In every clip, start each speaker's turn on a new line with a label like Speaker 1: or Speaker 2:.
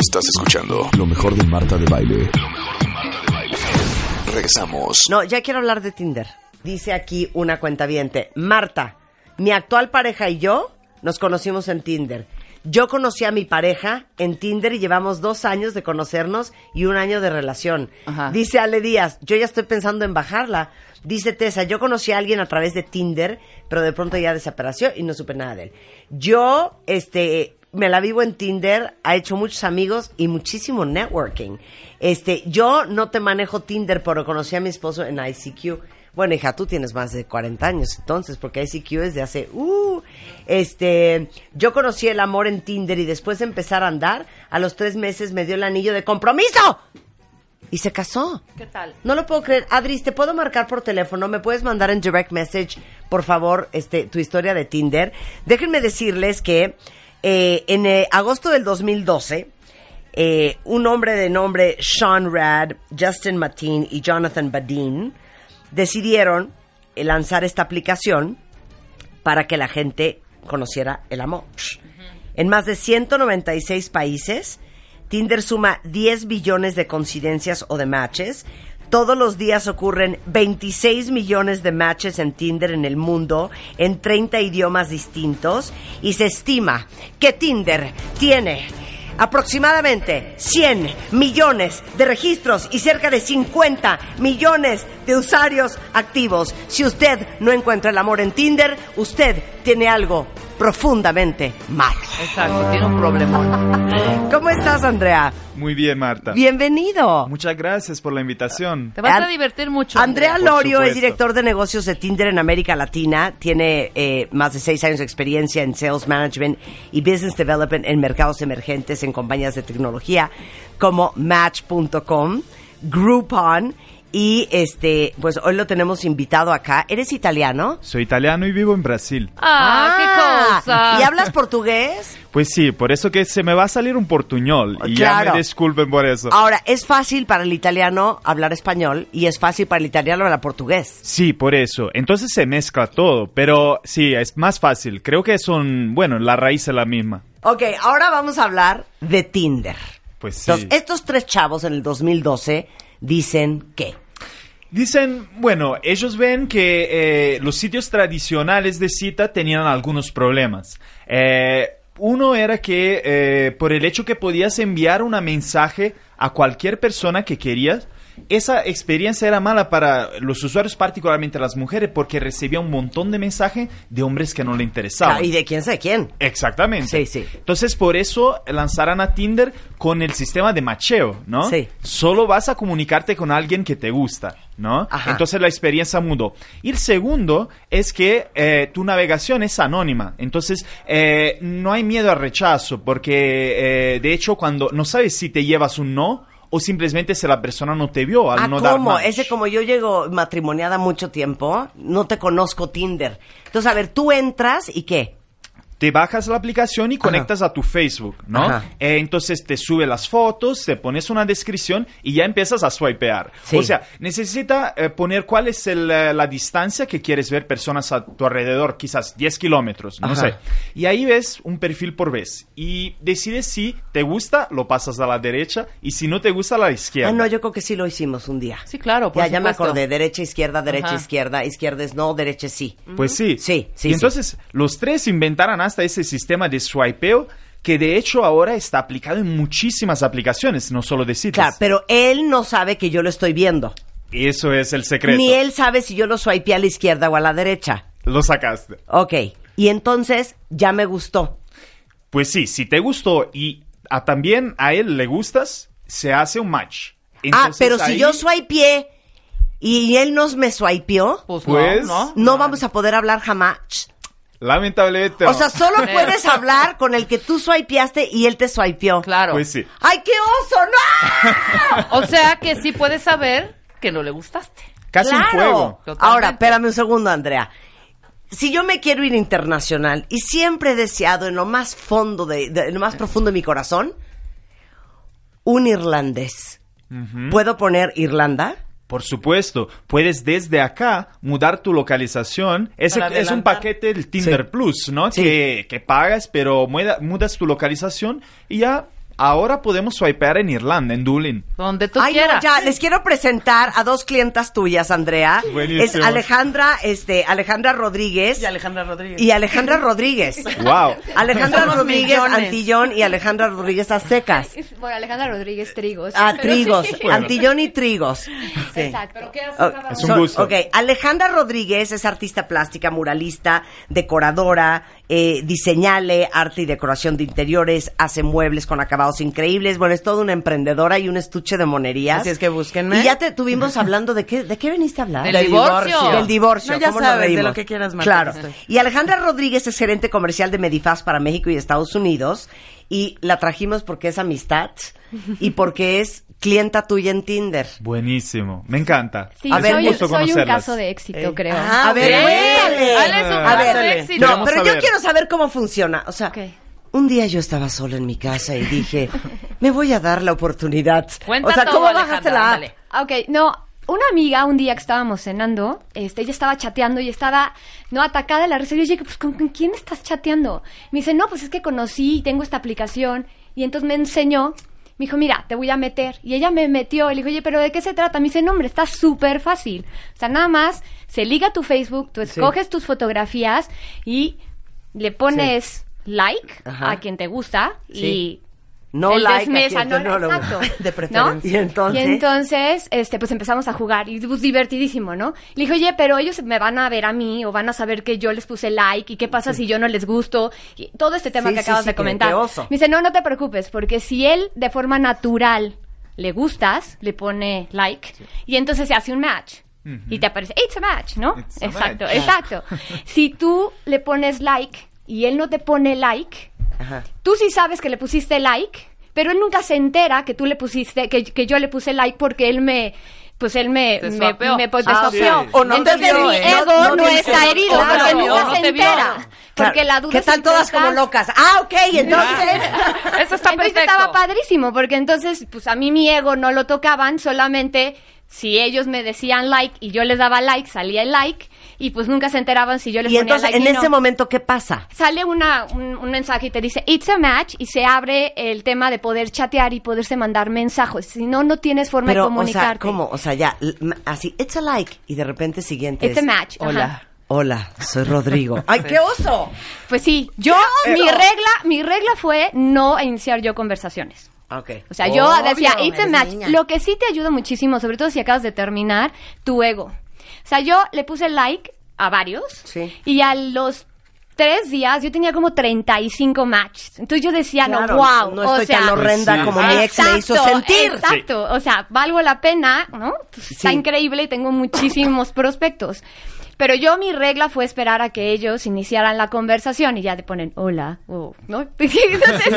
Speaker 1: Estás escuchando lo mejor de Marta de Baile. Lo mejor de Marta de Baile. Regresamos.
Speaker 2: No, ya quiero hablar de Tinder. Dice aquí una cuenta viente. Marta, mi actual pareja y yo nos conocimos en Tinder. Yo conocí a mi pareja en Tinder y llevamos dos años de conocernos y un año de relación.
Speaker 3: Ajá.
Speaker 2: Dice Ale Díaz, yo ya estoy pensando en bajarla. Dice Tessa, yo conocí a alguien a través de Tinder, pero de pronto ya desapareció y no supe nada de él. Yo, este, me la vivo en Tinder, ha hecho muchos amigos y muchísimo networking. Este, yo no te manejo Tinder, pero conocí a mi esposo en ICQ. Bueno, hija, tú tienes más de 40 años, entonces, porque ICQ es de hace, uh, este, yo conocí el amor en Tinder y después de empezar a andar, a los tres meses me dio el anillo de compromiso y se casó.
Speaker 3: ¿Qué tal?
Speaker 2: No lo puedo creer. Adris, ¿te puedo marcar por teléfono? ¿Me puedes mandar en direct message, por favor, este, tu historia de Tinder? Déjenme decirles que eh, en eh, agosto del 2012, eh, un hombre de nombre Sean Rad, Justin Mateen y Jonathan Badin decidieron eh, lanzar esta aplicación para que la gente conociera el amor. En más de 196 países, Tinder suma 10 billones de coincidencias o de matches. Todos los días ocurren 26 millones de matches en Tinder en el mundo, en 30 idiomas distintos, y se estima que Tinder tiene aproximadamente 100 millones de registros y cerca de 50 millones de usuarios activos. Si usted no encuentra el amor en Tinder, usted tiene algo profundamente malo.
Speaker 3: Exacto, tiene un problemón.
Speaker 2: ¿Cómo estás, Andrea?
Speaker 4: Muy bien, Marta.
Speaker 2: Bienvenido.
Speaker 4: Muchas gracias por la invitación.
Speaker 3: Te vas
Speaker 2: An-
Speaker 3: a divertir mucho.
Speaker 2: Andrea
Speaker 4: Por
Speaker 2: Lorio es
Speaker 4: supuesto.
Speaker 2: director de negocios de Tinder en América Latina. Tiene eh, más de seis años de experiencia en sales management y business development en mercados emergentes en compañías de tecnología como Match.com, Groupon y este, pues hoy lo tenemos invitado acá. ¿Eres italiano?
Speaker 4: Soy italiano y vivo en Brasil.
Speaker 3: Ah, qué
Speaker 2: Ah,
Speaker 3: cosa.
Speaker 2: ¿Y hablas portugués?
Speaker 4: Pues sí, por eso que se me va a salir un portuñol. Y
Speaker 2: Claro. Ah.
Speaker 4: ya me disculpen por eso.
Speaker 2: Ahora, es fácil para el italiano hablar español y es fácil para el italiano hablar portugués.
Speaker 4: Sí, por eso. Entonces se mezcla todo, pero sí, es más fácil. Creo que son, bueno, la raíz es la misma.
Speaker 2: Ok, ahora vamos a hablar de Tinder.
Speaker 4: Pues sí.
Speaker 2: Entonces, estos tres chavos en el 2012 dicen que.
Speaker 4: Dicen, bueno, ellos ven que eh, los sitios tradicionales de cita tenían algunos problemas. Eh, uno era que eh, por el hecho que podías enviar un mensaje a cualquier persona que querías, esa experiencia era mala para los usuarios, particularmente las mujeres, porque recibía un montón de mensajes de hombres que no le interesaban.
Speaker 2: ¿Y de quién sé quién? Sí,
Speaker 4: Exactamente.
Speaker 2: sí.
Speaker 4: Entonces, por eso lanzarán a Tinder con el sistema de macheo, ¿no?
Speaker 2: Sí.
Speaker 4: Solo vas a comunicarte con alguien que te gusta, ¿no?
Speaker 2: Ajá.
Speaker 4: Entonces la experiencia mudó. Y el segundo es que eh, tu navegación es anónima. Entonces, eh, no hay miedo al rechazo, porque eh, de hecho, cuando no sabes si te llevas un no o simplemente si la persona no te vio al
Speaker 2: Ah,
Speaker 4: no dar
Speaker 2: ¿cómo?
Speaker 4: match.
Speaker 2: Ese como yo llego matrimoniada mucho tiempo, no te conozco Tinder. Entonces, a ver, tú entras y qué?
Speaker 4: te bajas la aplicación y conectas a tu Facebook, ¿no?
Speaker 2: Ajá.
Speaker 4: Eh, entonces te sube las fotos, te pones una descripción y ya empiezas a swipear.
Speaker 2: Sí.
Speaker 4: O sea, necesita eh, poner cuál es el, eh, la distancia que quieres ver personas a tu alrededor, quizás 10 kilómetros, no
Speaker 2: Ajá.
Speaker 4: sé. Y ahí ves un perfil por vez y decides si te gusta, lo pasas a la derecha y si no te gusta, a la izquierda.
Speaker 2: Ah, no, yo creo que sí lo hicimos un día.
Speaker 3: Sí, claro, por
Speaker 2: Ya, ya me
Speaker 3: supuesto.
Speaker 2: acordé. Derecha, izquierda, derecha,
Speaker 3: Ajá.
Speaker 2: izquierda. Izquierda es no, derecha es sí.
Speaker 4: Pues sí.
Speaker 2: Sí, sí,
Speaker 4: Y
Speaker 2: sí.
Speaker 4: entonces los tres inventaron hasta ese sistema de swipeo que de hecho ahora está aplicado en muchísimas aplicaciones, no solo de
Speaker 2: Claro,
Speaker 4: citas.
Speaker 2: pero él no sabe que yo lo estoy viendo.
Speaker 4: Eso es el secreto.
Speaker 2: Ni él sabe si yo lo swipeé a la izquierda o a la derecha.
Speaker 4: Lo sacaste.
Speaker 2: Ok. Y entonces, ya me gustó.
Speaker 4: Pues sí, si te gustó y a- también a él le gustas, se hace un match.
Speaker 2: Ah,
Speaker 4: Entonces,
Speaker 2: pero
Speaker 4: ahí-
Speaker 2: si yo swipeé y él nos me swipeó,
Speaker 3: Pues,
Speaker 4: Pues-
Speaker 3: no, no.
Speaker 2: no vamos a poder hablar jamás.
Speaker 4: Lamentablemente.
Speaker 2: O
Speaker 4: no.
Speaker 2: sea, solo puedes hablar con el que tú swipeaste y él te swipeó.
Speaker 3: Claro.
Speaker 4: Pues sí.
Speaker 2: ¡Ay, qué oso! ¡No!
Speaker 3: O sea que sí puedes saber que no le gustaste.
Speaker 4: Casi un
Speaker 2: ¡Claro!
Speaker 4: juego.
Speaker 3: Totalmente.
Speaker 2: Ahora, espérame un segundo, Andrea. Si yo me quiero ir internacional y siempre he deseado en lo más fondo, de, de- en lo más profundo de mi corazón, un irlandés. ¿Puedo poner Irlanda?
Speaker 4: Por supuesto, puedes desde acá mudar tu localización. Es,
Speaker 3: Para
Speaker 4: es un
Speaker 3: adelantar.
Speaker 4: paquete del Tinder
Speaker 2: Sí.
Speaker 4: Plus, ¿no?
Speaker 2: Sí.
Speaker 4: Que, que pagas, pero muda- mudas tu localización y ya ahora podemos swipear en Irlanda, en Dublín.
Speaker 3: Donde tú
Speaker 2: Ay,
Speaker 3: quieras.
Speaker 2: no, ya, les quiero presentar a dos clientas tuyas, Andrea.
Speaker 4: Buenísimo.
Speaker 2: Es Alejandra, este, Alejandra Rodríguez
Speaker 5: Y Alejandra Rodríguez.
Speaker 2: y Alejandra Rodríguez.
Speaker 4: ¡Wow!
Speaker 2: Alejandra
Speaker 5: Somos
Speaker 2: Rodríguez
Speaker 5: millones.
Speaker 2: Antillón y Alejandra Rodríguez Aztecas.
Speaker 6: Bueno, Alejandra Rodríguez Trigos.
Speaker 2: Ah,
Speaker 6: Pero
Speaker 2: Trigos,
Speaker 6: sí.
Speaker 4: Bueno.
Speaker 2: Antillón y Trigos.
Speaker 6: Exacto.
Speaker 3: ¿Pero qué haces
Speaker 2: Oh,
Speaker 3: cada
Speaker 4: Es
Speaker 3: vez?
Speaker 4: un
Speaker 2: son-
Speaker 4: gusto.
Speaker 2: Ok, Alejandra Rodríguez es artista plástica, muralista, decoradora, eh, diseñale, arte y decoración de interiores, hace muebles con acabados increíbles. Bueno, es toda una emprendedora y un estuche de monerías.
Speaker 5: Así es que búsquenme.
Speaker 2: Y ya te tuvimos hablando de qué, ¿de qué veniste a hablar?
Speaker 3: Del divorcio.
Speaker 2: Ah, Del divorcio.
Speaker 5: No, ya
Speaker 2: ¿cómo nos
Speaker 5: sabes, de
Speaker 2: reímos?
Speaker 5: lo que quieras, Marta,
Speaker 2: Claro.
Speaker 5: aquí estoy.
Speaker 2: Y Alejandra Rodríguez es gerente comercial de Medifaz para México y Estados Unidos. Y la trajimos porque es amistad y porque es clienta tuya en Tinder.
Speaker 4: Buenísimo, me encanta.
Speaker 6: Sí,
Speaker 2: A
Speaker 6: soy,
Speaker 2: ver,
Speaker 6: soy
Speaker 4: gusto
Speaker 6: un
Speaker 4: conocerlas.
Speaker 6: caso de éxito,
Speaker 5: Eh.
Speaker 6: creo.
Speaker 2: Ah, a ver,
Speaker 3: Ok.
Speaker 2: cuéntale.
Speaker 3: Dale su
Speaker 2: A
Speaker 3: caso
Speaker 2: ver,
Speaker 3: de éxito.
Speaker 2: No, pero yo
Speaker 4: saber.
Speaker 2: quiero saber cómo funciona. O sea,
Speaker 6: Ok.
Speaker 2: un día yo estaba sola en mi casa y dije, me voy a dar la oportunidad.
Speaker 3: Cuenta
Speaker 2: o sea,
Speaker 3: todo,
Speaker 2: ¿cómo
Speaker 3: Alejandra,
Speaker 2: bajaste la app?
Speaker 3: ándale.
Speaker 6: Ah, Ok, no, una amiga un día que estábamos cenando, este, ella estaba chateando y estaba, no, atacada de la risa. Y yo dije, pues, ¿con, con quién estás chateando? Me dice, no, pues es que conocí y tengo esta aplicación. Y entonces me enseñó, me dijo, mira, te voy a meter. Y ella me metió, le dijo, oye, ¿pero de qué se trata? Me dice, no, hombre, está súper fácil. O sea, nada más, se liga tu Facebook, tú escoges tus fotografías y le pones like
Speaker 2: Ajá.
Speaker 6: a quien te gusta
Speaker 2: Sí.
Speaker 6: y...
Speaker 2: No
Speaker 6: el
Speaker 2: like,
Speaker 6: desmesa,
Speaker 2: aquí,
Speaker 6: no,
Speaker 2: entonces
Speaker 6: no,
Speaker 2: lo-
Speaker 6: exacto.
Speaker 5: De
Speaker 6: ¿no?
Speaker 5: preferencia.
Speaker 2: Y entonces,
Speaker 6: Y entonces, este, pues empezamos a jugar y pues, divertidísimo, ¿no? Le dije, oye, pero ellos me van a ver a mí o van a saber que yo les puse like y qué pasa si yo no les gusto. Y todo este tema
Speaker 2: Sí,
Speaker 6: que
Speaker 2: sí,
Speaker 6: acabas
Speaker 2: sí,
Speaker 6: de
Speaker 2: que-
Speaker 6: comentar.
Speaker 2: que oso.
Speaker 6: Me dice, no, no te preocupes, porque si él de forma natural le gustas, le pone like y entonces se hace un match. Y te aparece, it's a match, ¿no?
Speaker 4: It's a
Speaker 6: exacto,
Speaker 4: match.
Speaker 6: exacto. si tú le pones like y él no te pone like,
Speaker 2: Ajá.
Speaker 6: Tú sí sabes que le pusiste like, pero él nunca se entera que tú le pusiste, que, que yo le puse like porque él me, pues él me,
Speaker 3: Te
Speaker 6: me,
Speaker 3: swapeó.
Speaker 6: me pues,
Speaker 2: Ah,
Speaker 6: me swapeó.
Speaker 2: sí. O no te
Speaker 6: Entonces
Speaker 2: vio,
Speaker 6: mi
Speaker 2: eh.
Speaker 6: ego
Speaker 2: No- no
Speaker 6: no,
Speaker 2: te
Speaker 6: está
Speaker 2: vio.
Speaker 6: herido,
Speaker 2: Claro,
Speaker 6: porque nunca
Speaker 3: no
Speaker 6: se
Speaker 3: te vio.
Speaker 6: entera.
Speaker 2: Claro.
Speaker 6: Porque la duda
Speaker 2: ¿Qué
Speaker 6: es
Speaker 2: están todas como
Speaker 6: importante.
Speaker 2: locas? Ah, ok, entonces.
Speaker 3: Eso está
Speaker 6: entonces
Speaker 3: perfecto.
Speaker 6: estaba padrísimo, porque entonces, pues a mí mi ego no lo tocaban, solamente si ellos me decían like y yo les daba like, salía el like, y pues nunca se enteraban si yo les
Speaker 2: y
Speaker 6: ponía
Speaker 2: entonces,
Speaker 6: like.
Speaker 2: en
Speaker 6: y
Speaker 2: ese
Speaker 6: no.
Speaker 2: momento, ¿qué pasa?
Speaker 6: Sale una, un, un mensaje y te dice, it's a match, y se abre el tema de poder chatear y poderse mandar mensajes. Si no, no tienes forma
Speaker 2: Pero,
Speaker 6: de
Speaker 2: o sea,
Speaker 6: comunicarte.
Speaker 2: ¿cómo? O sea, ya, l- m- así, it's a like. Y de repente, siguiente.
Speaker 6: It's a
Speaker 2: es,
Speaker 6: match. ajá.
Speaker 5: Hola.
Speaker 2: Hola, soy Rodrigo. ¡Ay, qué oso!
Speaker 6: Pues sí, yo,
Speaker 2: Eh, oh.
Speaker 6: mi regla, mi regla fue no iniciar yo conversaciones.
Speaker 2: Ok.
Speaker 6: O sea, yo
Speaker 2: Obvio,
Speaker 6: decía, it's a
Speaker 2: eres
Speaker 6: match.
Speaker 2: niña.
Speaker 6: Lo que sí te ayuda muchísimo, sobre todo si acabas de terminar, tu ego. O sea, yo le puse like a varios
Speaker 2: Sí.
Speaker 6: y a los tres días yo tenía como 35 matches. Entonces yo decía,
Speaker 2: Claro,
Speaker 6: no, wow.
Speaker 2: no
Speaker 6: o
Speaker 2: estoy
Speaker 6: sea,
Speaker 2: tan horrenda
Speaker 4: Sí.
Speaker 2: como mi ex me hizo
Speaker 6: Exacto,
Speaker 2: sentir.
Speaker 6: Exacto, o sea, valgo la pena, ¿no? Pues, Está
Speaker 2: Sí.
Speaker 6: increíble y tengo muchísimos prospectos. Pero yo mi regla fue esperar a que ellos iniciaran la conversación y ya te ponen hola, o, ¿no? Entonces,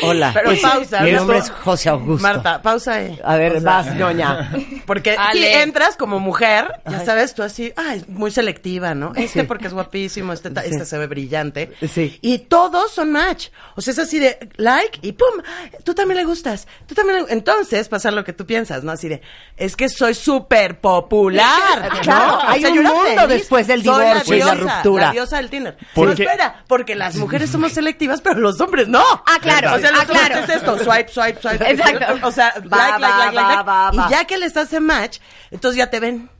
Speaker 2: Hola.
Speaker 5: Pero
Speaker 2: Sí.
Speaker 5: pausa,
Speaker 2: Mi
Speaker 5: ¿no?
Speaker 2: nombre es José Augusto.
Speaker 5: Marta, pausa ahí.
Speaker 2: A ver,
Speaker 5: O sea,
Speaker 2: vas, ñoña.
Speaker 5: Porque si
Speaker 3: Ale.
Speaker 5: entras como mujer, ya
Speaker 2: Ay.
Speaker 5: sabes, tú así, ay, muy selectiva, ¿no? Este
Speaker 2: Sí.
Speaker 5: porque es guapísimo, este, ta-
Speaker 2: Sí.
Speaker 5: este se ve brillante.
Speaker 2: Sí.
Speaker 5: Y todos son match. O sea, es así de like y pum, tú también le gustas. Tú también le... Entonces pasa lo que tú piensas, ¿no? Así de, es que soy súper popular. ¿no?
Speaker 2: Claro,
Speaker 5: O sea,
Speaker 2: hay
Speaker 5: yo
Speaker 2: un
Speaker 5: era
Speaker 2: mundo después del
Speaker 5: Soy
Speaker 2: divorcio y la ruptura.
Speaker 5: La diosa del Tinder.
Speaker 4: Porque-
Speaker 5: No, espera, porque las mujeres somos selectivas, pero los hombres no.
Speaker 6: Ah, claro,
Speaker 5: O sea, los
Speaker 6: ah, claro.
Speaker 5: hombres es esto, swipe, swipe, swipe.
Speaker 6: Exacto.
Speaker 5: O sea, like,
Speaker 2: Va,
Speaker 5: like,
Speaker 2: va,
Speaker 5: like, like,
Speaker 2: va,
Speaker 5: like.
Speaker 2: va, va.
Speaker 5: Y ya que les hace match, entonces ya te ven.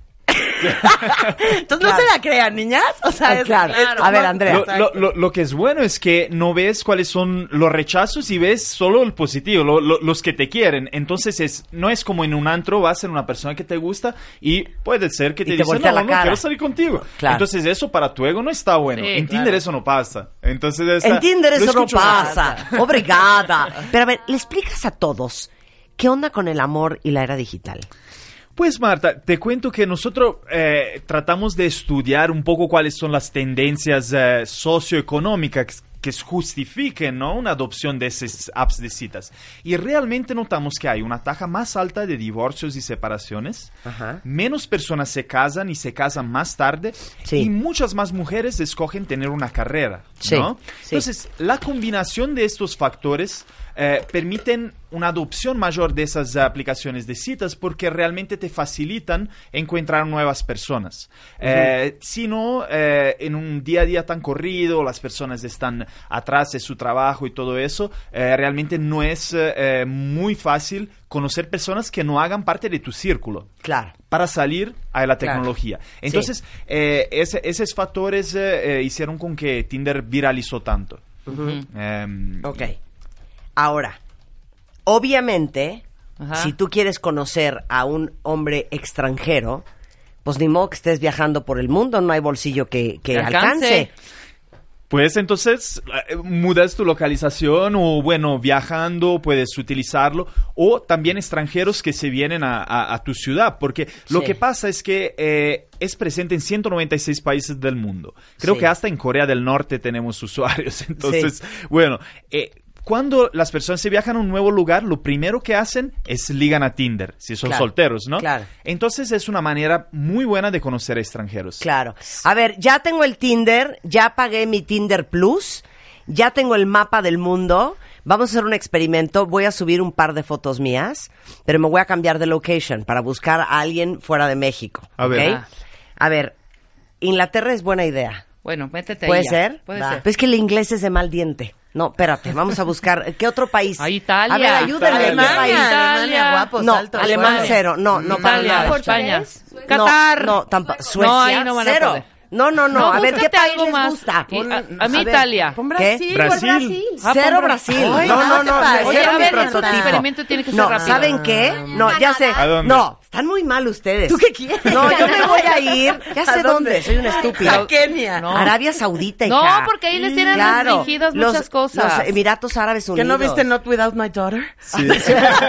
Speaker 5: entonces
Speaker 2: Claro.
Speaker 5: no se la crean, niñas. O sea,
Speaker 2: Ah,
Speaker 5: es-
Speaker 2: claro.
Speaker 5: es-
Speaker 2: A ver,
Speaker 5: no-
Speaker 2: Andrea.
Speaker 4: Lo, lo- lo- lo que es bueno es que no ves cuáles son los rechazos y ves solo el positivo, lo- lo- los que te quieren. Entonces es, no es como en un antro vas en una persona que te gusta y puede ser que
Speaker 2: Y
Speaker 4: te,
Speaker 2: te
Speaker 4: dicen,
Speaker 2: voltea
Speaker 4: no,
Speaker 2: la
Speaker 4: no
Speaker 2: cara".
Speaker 4: quiero salir contigo.
Speaker 2: Claro.
Speaker 4: Entonces eso para tu ego no está bueno.
Speaker 3: Sí,
Speaker 4: en
Speaker 3: claro.
Speaker 4: Tinder eso no pasa. Entonces está-
Speaker 2: En Tinder
Speaker 4: lo
Speaker 2: eso no
Speaker 4: escucho más.
Speaker 2: pasa. Obrigada. Pero a ver, ¿le explicas a todos qué onda con el amor y la era digital?
Speaker 4: Pues Marta, te cuento que nosotros eh, tratamos de estudiar un poco cuáles son las tendencias eh, socioeconómicas que justifiquen ¿no? una adopción de esas apps de citas. Y realmente notamos que hay una tasa más alta de divorcios y separaciones,
Speaker 2: Ajá.
Speaker 4: menos personas se casan y se casan más tarde,
Speaker 2: Sí.
Speaker 4: y muchas más mujeres escogen tener una carrera.
Speaker 2: Sí,
Speaker 4: ¿no?
Speaker 2: sí.
Speaker 4: Entonces, la combinación de estos factores eh, permiten una adopción mayor de esas aplicaciones de citas porque realmente te facilitan encontrar nuevas personas. Eh, si no, eh, en un día a día tan corrido, las personas están atrás de su trabajo y todo eso, eh, realmente no es eh, eh, muy fácil conocer personas que no hagan parte de tu círculo
Speaker 2: Claro.
Speaker 4: para salir a
Speaker 2: Claro.
Speaker 4: la tecnología. Entonces, eh, ese- esos factores eh, eh, hicieron con que Tinder viralizó tanto. Em,
Speaker 2: Ok. Ahora, obviamente,
Speaker 3: Ajá.
Speaker 2: si tú quieres conocer a un hombre extranjero, pues ni modo que estés viajando por el mundo, no hay bolsillo que, que
Speaker 3: Que
Speaker 2: alcance.
Speaker 3: alcance.
Speaker 4: Pues entonces eh, mudas tu localización o bueno, viajando puedes utilizarlo o también extranjeros que se vienen a, a- a tu ciudad, porque lo
Speaker 2: Sí.
Speaker 4: que pasa es que eh, es presente en 196 países del mundo. Creo
Speaker 2: Sí.
Speaker 4: que hasta en Corea del Norte tenemos usuarios, entonces bueno, eh, cuando las personas se viajan a un nuevo lugar, lo primero que hacen es ligan a Tinder, si son
Speaker 2: Claro,
Speaker 4: solteros, ¿no?
Speaker 2: claro.
Speaker 4: Entonces es una manera muy buena de conocer a extranjeros.
Speaker 2: Claro. A ver, ya tengo el Tinder, ya pagué mi Tinder Plus, ya tengo el mapa del mundo. Vamos a hacer un experimento. Voy a subir un par de fotos mías, pero me voy a cambiar de location para buscar a alguien fuera de México.
Speaker 4: A ver.
Speaker 2: ¿ok? A ver, Inglaterra es buena idea.
Speaker 3: Bueno, métete ahí.
Speaker 2: ¿Puede
Speaker 3: Este, ya.
Speaker 2: ser?
Speaker 3: Puede
Speaker 2: Va.
Speaker 3: ser.
Speaker 2: Pues que el inglés es de mal diente. No, espérate, vamos a buscar. ¿Qué otro país?
Speaker 3: Ay, Italia.
Speaker 2: A ver, ayúdenme. ¿qué
Speaker 5: Alemania,
Speaker 2: país?
Speaker 3: Italia.
Speaker 5: Alemania, guapo,
Speaker 2: No,
Speaker 5: salto.
Speaker 2: alemán
Speaker 5: fuerte.
Speaker 2: cero. No, no, para
Speaker 3: Italia,
Speaker 2: nada.
Speaker 3: España,
Speaker 2: No,
Speaker 3: Qatar.
Speaker 2: No, tampoco. Suecia.
Speaker 3: No, ahí no van a
Speaker 2: cero.
Speaker 3: poder.
Speaker 2: No, no, no. a ver, ¿qué
Speaker 3: búscate
Speaker 2: país
Speaker 3: algo
Speaker 2: les
Speaker 3: más.
Speaker 2: gusta?
Speaker 3: Y-
Speaker 2: Pon-
Speaker 3: a, a mí
Speaker 2: ver,
Speaker 3: Italia.
Speaker 5: Pon
Speaker 2: ¿Qué?
Speaker 5: Brasil.
Speaker 4: Brasil.
Speaker 3: Ah,
Speaker 2: Cero
Speaker 3: pon
Speaker 2: Brasil.
Speaker 3: Brasil.
Speaker 2: no,
Speaker 5: Ay,
Speaker 2: no,
Speaker 5: no te
Speaker 2: no.
Speaker 5: pases.
Speaker 2: cero
Speaker 5: Oye, a
Speaker 2: mi
Speaker 5: ver,
Speaker 2: prototipo.
Speaker 5: el
Speaker 3: experimento tiene que ser
Speaker 2: no,
Speaker 3: rápido.
Speaker 2: ¿saben qué? No, ya sé.
Speaker 4: ¿A dónde?
Speaker 2: No, están muy mal ustedes.
Speaker 5: Mm. ¿Tú qué quieres?
Speaker 2: No, yo me voy a ir. Ya sé
Speaker 5: ¿A dónde?
Speaker 2: dónde. Soy una estúpida.
Speaker 5: A Kenia.
Speaker 3: No.
Speaker 2: Arabia Saudita,
Speaker 3: No,
Speaker 2: hija. Mm,
Speaker 3: porque ahí les tienen restringidas
Speaker 2: Los-
Speaker 3: muchas cosas.
Speaker 2: Los Emiratos Árabes
Speaker 5: ¿Que
Speaker 2: Unidos.
Speaker 5: no viste Not Without My Daughter?
Speaker 4: Sí.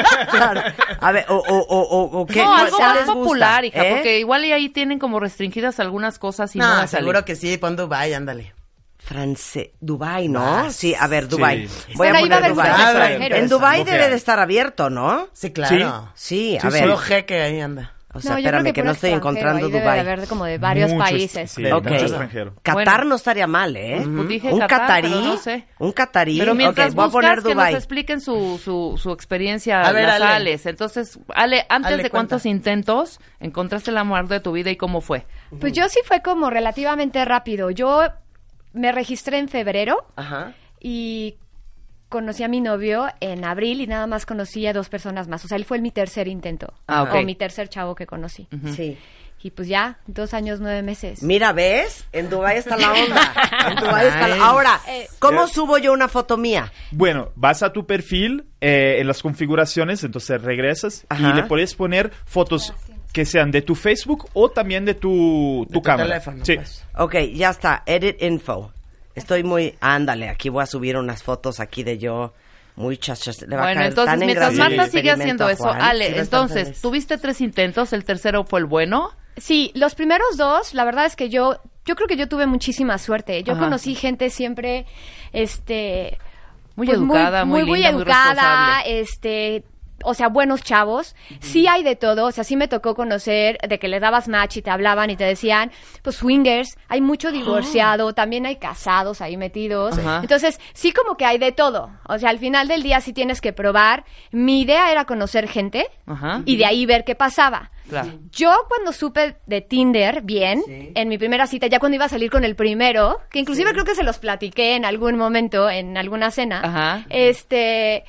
Speaker 2: Claro. A ver, o, o, o, o- o qué.
Speaker 3: no,
Speaker 2: ¿cuál
Speaker 3: algo
Speaker 2: les
Speaker 3: más
Speaker 2: gusta?
Speaker 3: popular, hija,
Speaker 2: ¿Eh?
Speaker 3: porque igual y ahí tienen como restringidas algunas cosas y no,
Speaker 5: no,
Speaker 3: van a salir.
Speaker 5: seguro que sí, pon Dubai, ándale.
Speaker 2: France, Dubai, ¿no? Sí, a ver, Dubai.
Speaker 6: Pero ahí va a haber
Speaker 2: Dubái.
Speaker 6: muchos
Speaker 5: Ah,
Speaker 6: extranjeros.
Speaker 2: En Dubai
Speaker 4: Ok.
Speaker 2: debe de estar abierto, ¿no?
Speaker 5: Sí, claro.
Speaker 2: Sí, a
Speaker 4: Sí,
Speaker 2: ver.
Speaker 5: Solo jeque ahí anda.
Speaker 2: O sea,
Speaker 6: No, yo creo
Speaker 2: Pues espérame que,
Speaker 6: puro
Speaker 2: no
Speaker 3: este
Speaker 2: estoy
Speaker 6: extranjero,
Speaker 2: encontrando
Speaker 6: ahí debe de
Speaker 2: Dubai.
Speaker 6: haber de como de varios
Speaker 4: Mucho
Speaker 6: países.
Speaker 4: est- sí,
Speaker 5: Ok.
Speaker 4: mucho extranjero.
Speaker 2: Qatar
Speaker 3: Bueno.
Speaker 2: no estaría mal, ¿eh?
Speaker 3: Pues dije
Speaker 2: un
Speaker 3: Qatar,
Speaker 2: catarí,
Speaker 3: pero no sé.
Speaker 2: un catarí.
Speaker 3: Pero mientras
Speaker 2: Ok, voy a poner
Speaker 3: buscas que nos
Speaker 2: Dubai.
Speaker 3: expliquen su, su, su experiencia,
Speaker 5: A ver,
Speaker 3: las
Speaker 5: Ale.
Speaker 3: Ales. Entonces, Ale, antes
Speaker 5: Ale,
Speaker 3: de cuántos
Speaker 5: cuenta.
Speaker 3: intentos encontraste el amor de tu vida y cómo fue.
Speaker 6: Pues yo sí fue como relativamente rápido. Yo me registré en febrero
Speaker 5: Ajá.
Speaker 6: y conocí a mi novio en abril y nada más conocí a dos personas más. O sea, él fue mi tercer intento.
Speaker 3: Ah, ok.
Speaker 6: O mi tercer chavo que conocí.
Speaker 2: Sí.
Speaker 6: Y pues ya, dos años, nueve meses.
Speaker 2: Mira, ¿ves? En Dubai está la onda. En Dubái está la-
Speaker 5: Nice.
Speaker 2: Ahora, ¿cómo
Speaker 4: Eh.
Speaker 2: subo yo una foto mía?
Speaker 4: Bueno, vas a tu perfil eh, en las configuraciones, entonces regresas
Speaker 2: Ajá.
Speaker 4: y le puedes poner fotos que sean de tu Facebook o también de tu, tu
Speaker 5: tu
Speaker 4: cámara.
Speaker 5: teléfono,
Speaker 4: sí.
Speaker 5: pues.
Speaker 2: Ok, ya está. Edit info. Estoy muy... Ándale, aquí voy a subir unas fotos aquí de yo... Muy chachas. Le va a
Speaker 3: Bueno,
Speaker 2: caer
Speaker 3: entonces,
Speaker 2: tan en
Speaker 3: mientras
Speaker 2: gracia el
Speaker 3: Marta sigue
Speaker 2: experimento
Speaker 3: haciendo
Speaker 2: a
Speaker 3: eso,
Speaker 2: Juan.
Speaker 5: sí
Speaker 3: Ale,
Speaker 5: va a estar
Speaker 3: entonces,
Speaker 5: feliz.
Speaker 3: tuviste tres intentos, el tercero fue el bueno.
Speaker 6: Sí, los primeros dos, la verdad es que yo, yo creo que yo tuve muchísima suerte. Yo
Speaker 3: Ajá.
Speaker 6: conocí gente siempre, este,
Speaker 3: Muy educada, muy linda, muy
Speaker 6: educada,
Speaker 3: responsable.
Speaker 6: este, o sea, buenos chavos. Sí hay de todo, o sea, sí me tocó conocer de que le dabas match y te hablaban y te decían, pues swingers, hay mucho divorciado, también hay casados ahí metidos.
Speaker 3: Ajá.
Speaker 6: Entonces, sí como que hay de todo. O sea, al final del día sí tienes que probar. Mi idea era conocer gente
Speaker 3: Ajá.
Speaker 6: y de ahí ver qué pasaba.
Speaker 3: Claro.
Speaker 6: Yo cuando supe de Tinder bien, en mi primera cita, ya cuando iba a salir con el primero, que inclusive creo que se los platiqué en algún momento, en alguna cena,
Speaker 3: Ajá.
Speaker 6: este,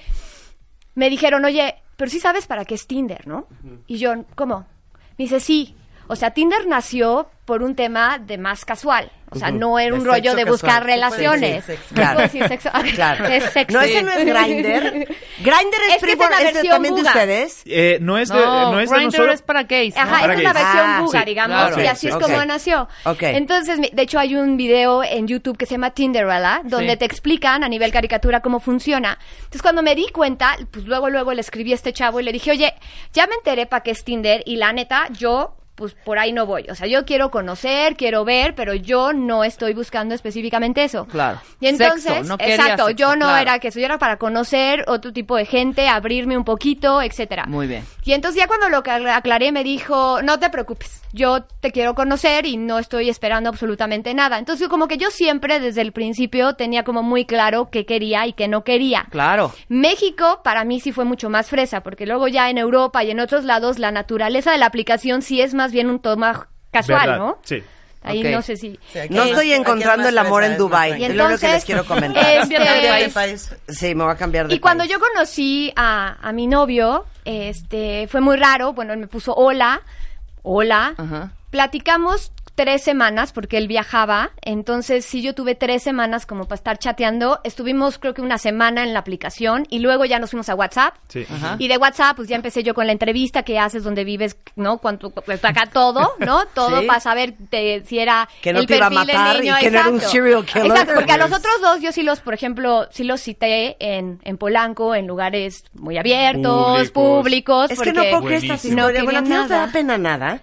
Speaker 6: me dijeron, oye, pero sí sabes para qué es Tinder, ¿no? Y yo, ¿cómo? Me dice, sí. O sea, Tinder nació por un tema de más casual. O sea, no era
Speaker 5: De
Speaker 6: un rollo
Speaker 5: sexo
Speaker 6: de
Speaker 5: casual.
Speaker 6: buscar
Speaker 5: Sí,
Speaker 6: relaciones.
Speaker 5: sí, sexo.
Speaker 6: ¿No puedo
Speaker 2: Claro.
Speaker 6: decir sexo? Ah,
Speaker 2: Claro.
Speaker 6: Es sexo.
Speaker 2: No, ese no es Grinder. Grinder es,
Speaker 6: Es que
Speaker 2: free
Speaker 6: es la
Speaker 2: for- es de-
Speaker 6: versión
Speaker 2: también de
Speaker 6: buga.
Speaker 2: ustedes.
Speaker 4: Eh, no es de,
Speaker 3: No,
Speaker 4: no es de
Speaker 3: Grindr
Speaker 4: nosotros.
Speaker 3: es para gays. ¿no?
Speaker 6: Ajá,
Speaker 4: Para
Speaker 6: es
Speaker 4: que-
Speaker 6: una versión
Speaker 2: Ah,
Speaker 6: buga,
Speaker 2: sí,
Speaker 6: digamos,
Speaker 3: claro.
Speaker 6: y así es
Speaker 2: Ok,
Speaker 6: como
Speaker 2: ok.
Speaker 6: nació.
Speaker 2: Ok.
Speaker 6: Entonces, mi- de hecho, hay un video en YouTube que se llama Tinderella, donde
Speaker 3: Sí.
Speaker 6: te explican a nivel caricatura cómo funciona. Entonces, cuando me di cuenta, pues luego, luego le escribí a este chavo y le dije, oye, ya me enteré para qué es Tinder y la neta, yo pues por ahí no voy. O sea, yo quiero conocer, quiero ver, pero yo no estoy buscando específicamente eso.
Speaker 3: Claro.
Speaker 6: Y entonces,
Speaker 3: Sexo, no quería
Speaker 6: exacto,
Speaker 3: sexo,
Speaker 6: yo no
Speaker 3: claro.
Speaker 6: era que eso, yo era para conocer otro tipo de gente, abrirme un poquito, etcétera.
Speaker 3: Muy bien.
Speaker 6: Y entonces ya cuando lo que aclaré me dijo, no te preocupes, yo te quiero conocer y no estoy esperando absolutamente nada. Entonces como que yo siempre desde el principio tenía como muy claro qué quería y qué no quería.
Speaker 3: Claro.
Speaker 6: México para mí sí fue mucho más fresa, porque luego ya en Europa y en otros lados la naturaleza de la aplicación sí es más bien un toma casual,
Speaker 4: ¿Verdad?
Speaker 6: ¿no?
Speaker 4: Sí.
Speaker 6: Ahí
Speaker 3: Ok.
Speaker 6: no sé si...
Speaker 5: Sí, aquí
Speaker 2: No
Speaker 5: es más-
Speaker 2: estoy
Speaker 5: aquí es
Speaker 2: encontrando
Speaker 5: más
Speaker 2: el amor
Speaker 5: fresa,
Speaker 2: en
Speaker 5: es más
Speaker 2: Dubai.
Speaker 5: tranquila.
Speaker 6: Y
Speaker 2: Es lo único que les
Speaker 6: entonces-
Speaker 2: quiero comentar.
Speaker 5: eh,
Speaker 6: Este-
Speaker 5: Cambiar de país.
Speaker 2: Sí, me voy a cambiar de
Speaker 6: Y cuando
Speaker 2: país.
Speaker 6: yo conocí a, a mi novio, este, fue muy raro, bueno, él me puso hola, hola,
Speaker 3: Ajá.
Speaker 6: platicamos tres semanas porque él viajaba, entonces sí yo tuve tres semanas como para estar chateando, estuvimos creo que una semana en la aplicación y luego ya nos fuimos a WhatsApp.
Speaker 4: Sí.
Speaker 3: Ajá.
Speaker 6: Y de WhatsApp, pues ya empecé yo con la entrevista que haces, donde vives, ¿no? Cuánto, pues, acá todo, ¿no? Todo
Speaker 2: Sí.
Speaker 6: para saber de- si era
Speaker 2: Que no
Speaker 6: el
Speaker 2: te iba a
Speaker 6: perfil del
Speaker 2: matar y
Speaker 6: niño,
Speaker 2: que no era un
Speaker 6: exacto.
Speaker 2: serial killer.
Speaker 6: Exacto, porque a los
Speaker 4: Pues-
Speaker 6: otros dos yo sí los, por ejemplo, sí los cité en, en Polanco, en lugares muy
Speaker 4: Públicos.
Speaker 6: abiertos, públicos.
Speaker 2: Es que no puedo creer estas
Speaker 4: Buenísimo.
Speaker 2: historias.
Speaker 6: No
Speaker 2: Bueno, a ti
Speaker 6: quería
Speaker 2: no te da
Speaker 6: nada.
Speaker 2: pena nada.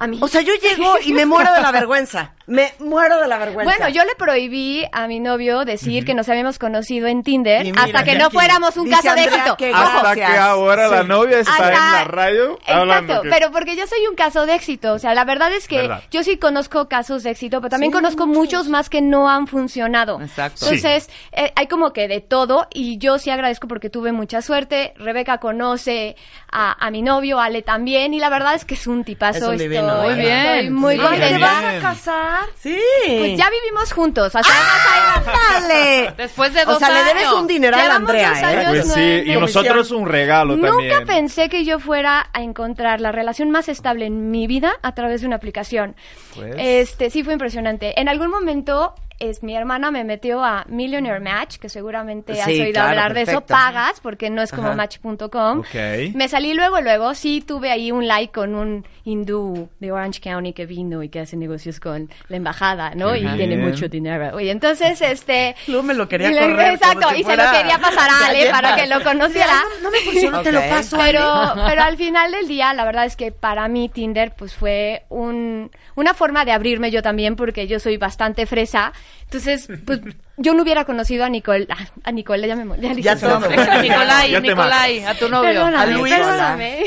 Speaker 6: a mí-
Speaker 2: O sea, yo llego y me muero de la vergüenza. Me muero de la vergüenza.
Speaker 6: Bueno, yo le prohibí a mi novio decir que nos habíamos conocido en Tinder
Speaker 5: Y mira,
Speaker 6: hasta que
Speaker 5: y
Speaker 6: no
Speaker 5: aquí
Speaker 6: fuéramos un
Speaker 2: dice
Speaker 6: caso de
Speaker 2: Andrea
Speaker 6: éxito.
Speaker 2: que
Speaker 6: Ojo,
Speaker 2: gracias.
Speaker 4: Hasta que ahora la novia está
Speaker 6: Hasta-
Speaker 4: en la radio hablando
Speaker 6: Exacto,
Speaker 4: que-
Speaker 6: pero porque yo soy un caso de éxito. O sea, la verdad es que
Speaker 4: Verdad.
Speaker 6: yo sí conozco casos de éxito, pero también conozco muchos más que no han funcionado.
Speaker 3: Exacto.
Speaker 6: Entonces, eh, hay como que de todo y yo sí agradezco porque tuve mucha suerte. Rebeca conoce a, a mi novio, Ale también, y la verdad es que es un tipazo.
Speaker 5: Es un
Speaker 6: estoy-
Speaker 5: divino,
Speaker 3: Muy
Speaker 6: estoy
Speaker 3: bien.
Speaker 6: muy
Speaker 3: Sí.
Speaker 2: Ay, ¿te
Speaker 6: contenta.
Speaker 2: vas a
Speaker 4: Bien.
Speaker 2: casar?
Speaker 5: Sí.
Speaker 6: Pues ya vivimos juntos. O sea, además hay-
Speaker 2: ¡Dale!
Speaker 3: Después de dos
Speaker 2: O sea, le debes
Speaker 3: años.
Speaker 2: un dineral a
Speaker 6: Llevamos dos
Speaker 2: Andrea, ¿eh?
Speaker 6: años.
Speaker 4: Pues
Speaker 6: no
Speaker 4: sí,
Speaker 6: es
Speaker 4: y
Speaker 6: mi
Speaker 4: nosotros un regalo
Speaker 6: Nunca
Speaker 4: también.
Speaker 6: pensé que yo fuera a encontrar la relación más estable en mi vida a través de una aplicación.
Speaker 4: Pues.
Speaker 6: Este, sí fue impresionante. En algún momento es mi hermana me metió a Millionaire Match, que seguramente has
Speaker 2: Sí,
Speaker 6: oído
Speaker 2: claro,
Speaker 6: hablar de eso,
Speaker 2: perfecto.
Speaker 6: pagas porque no es como
Speaker 2: Ajá.
Speaker 6: match.com.
Speaker 4: Ok.
Speaker 6: Me salí luego luego, sí tuve ahí un like con un hindú de Orange County que vino y que hace negocios con la embajada, ¿no?
Speaker 4: Qué
Speaker 6: y tiene
Speaker 4: bien.
Speaker 6: mucho dinero. Y entonces este
Speaker 5: Luego me lo quería
Speaker 6: y le-
Speaker 5: correr.
Speaker 6: Exacto,
Speaker 5: como si
Speaker 6: y se lo
Speaker 5: fuera-
Speaker 6: quería pasar a Ale
Speaker 5: ayer.
Speaker 6: para que lo conociera.
Speaker 2: No, no me funciona, te lo
Speaker 5: Ok.
Speaker 2: paso.
Speaker 6: Pero, pero al final del día, la verdad es que para mí Tinder pues fue un, una forma de abrirme yo también, porque yo soy bastante fresa. Entonces, pues yo no hubiera conocido a Nicole. ah, A Nicole, ya me mo- ya dije
Speaker 5: Ya
Speaker 6: su
Speaker 5: todo.
Speaker 6: nombre.
Speaker 4: Ya
Speaker 3: Nicolai,
Speaker 4: te mato.
Speaker 3: Nicolai, a tu novio.
Speaker 6: Perdóname,
Speaker 5: A Luis.
Speaker 6: perdóname.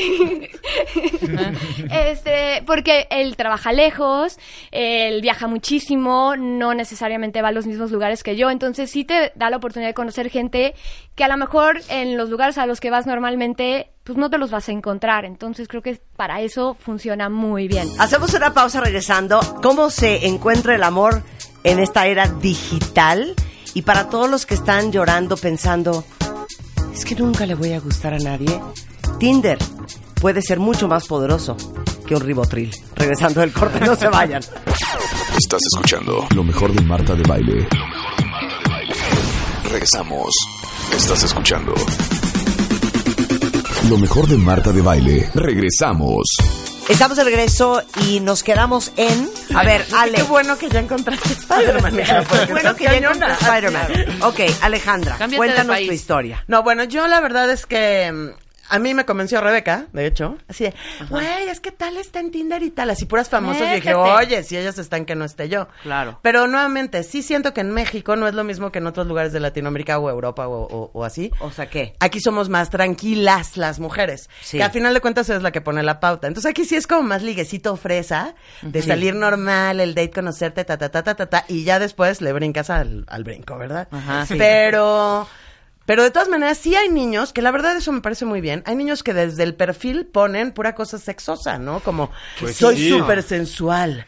Speaker 6: este, porque él trabaja lejos, él viaja muchísimo, no necesariamente va a los mismos lugares que yo, entonces sí te da la oportunidad de conocer gente que a lo mejor en los lugares a los que vas normalmente, pues no te los vas a encontrar, entonces creo que para eso funciona muy bien.
Speaker 2: Hacemos una pausa regresando. ¿Cómo se encuentra el amor en esta era digital? Y para todos los que están llorando pensando, es que nunca le voy a gustar a nadie, Tinder puede ser mucho más poderoso que un ribotril. Regresando del corte, no se vayan.
Speaker 1: Estás escuchando lo mejor de Marta de Baile. Lo mejor de Marta de Baile. Regresamos. Estás escuchando lo mejor de Marta de Baile. Regresamos.
Speaker 2: Estamos de regreso y nos quedamos en... A ver, Ale.
Speaker 5: Qué bueno que ya encontraste Spider-Man. hija, porque
Speaker 2: Bueno
Speaker 5: estás
Speaker 2: que ya encontré
Speaker 5: cañona.
Speaker 2: Spider-Man. Ok, Alejandra,
Speaker 3: Cámbiate de
Speaker 2: cuéntanos
Speaker 3: país.
Speaker 2: tu historia.
Speaker 5: No, bueno, yo la verdad es que mm, a mí me convenció Rebeca, de hecho. Así de, güey, es que tal está en Tinder y tal. Así puras famosas. Y dije,
Speaker 3: Métete.
Speaker 5: oye, si ellas están, que no esté yo.
Speaker 3: Claro.
Speaker 5: Pero nuevamente, sí siento que en México no es lo mismo que en otros lugares de Latinoamérica o Europa o, o- o así.
Speaker 2: O sea, ¿qué?
Speaker 5: Aquí somos más tranquilas las mujeres.
Speaker 2: Sí.
Speaker 5: Que al final de cuentas es la que pone la pauta. Entonces aquí sí es como más liguecito fresa, de salir normal, el date, conocerte, ta, ta, ta, ta, ta, ta, y ya después le brincas al, al brinco, ¿verdad?
Speaker 3: Ajá. Sí.
Speaker 5: Pero, pero de todas maneras, sí hay niños, que la verdad eso me parece muy bien, hay niños que desde el perfil ponen pura cosa sexosa, ¿no? Como,
Speaker 4: Pues
Speaker 5: soy
Speaker 4: sí.
Speaker 5: súper sensual,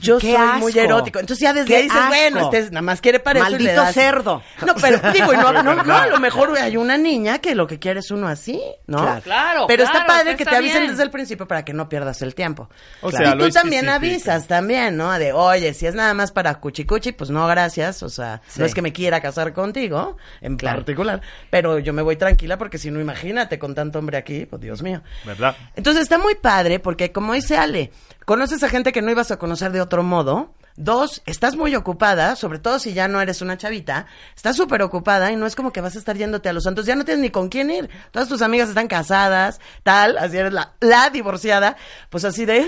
Speaker 5: yo
Speaker 2: Qué
Speaker 5: soy muy
Speaker 2: asco.
Speaker 5: erótico. Entonces ya desde
Speaker 2: Qué
Speaker 5: ahí dices,
Speaker 2: asco.
Speaker 5: bueno, este es- nada más quiere para eso y le
Speaker 2: Maldito
Speaker 5: das-
Speaker 2: cerdo.
Speaker 5: No, pero digo, y no, no, no, a lo mejor hay una niña que lo que quiere es uno así, ¿no?
Speaker 2: Claro.
Speaker 3: Claro,
Speaker 5: Pero está
Speaker 3: claro,
Speaker 5: padre
Speaker 3: eso
Speaker 5: que te
Speaker 3: está
Speaker 5: avisen
Speaker 3: bien.
Speaker 5: desde el principio para que no pierdas el tiempo.
Speaker 4: O
Speaker 5: Claro.
Speaker 4: sea,
Speaker 5: y
Speaker 4: lo
Speaker 5: tú también
Speaker 4: especifica.
Speaker 5: avisas también, ¿no? De, oye, si es nada más para cuchicuchi, pues no, gracias. O sea,
Speaker 2: Sí.
Speaker 5: no es que me quiera casar contigo, en particular, pero yo me voy tranquila porque si no, imagínate con tanto hombre aquí, pues Dios mío.
Speaker 4: ¿Verdad?
Speaker 5: Entonces está muy padre porque, como dice Ale, conoces a gente que no ibas a conocer de otro modo Dos, estás muy ocupada, sobre todo si ya no eres una chavita, estás súper ocupada y no es como que vas a estar yéndote a los santos, ya no tienes ni con quién ir. Todas tus amigas están casadas, tal, así eres la, la divorciada, pues así de,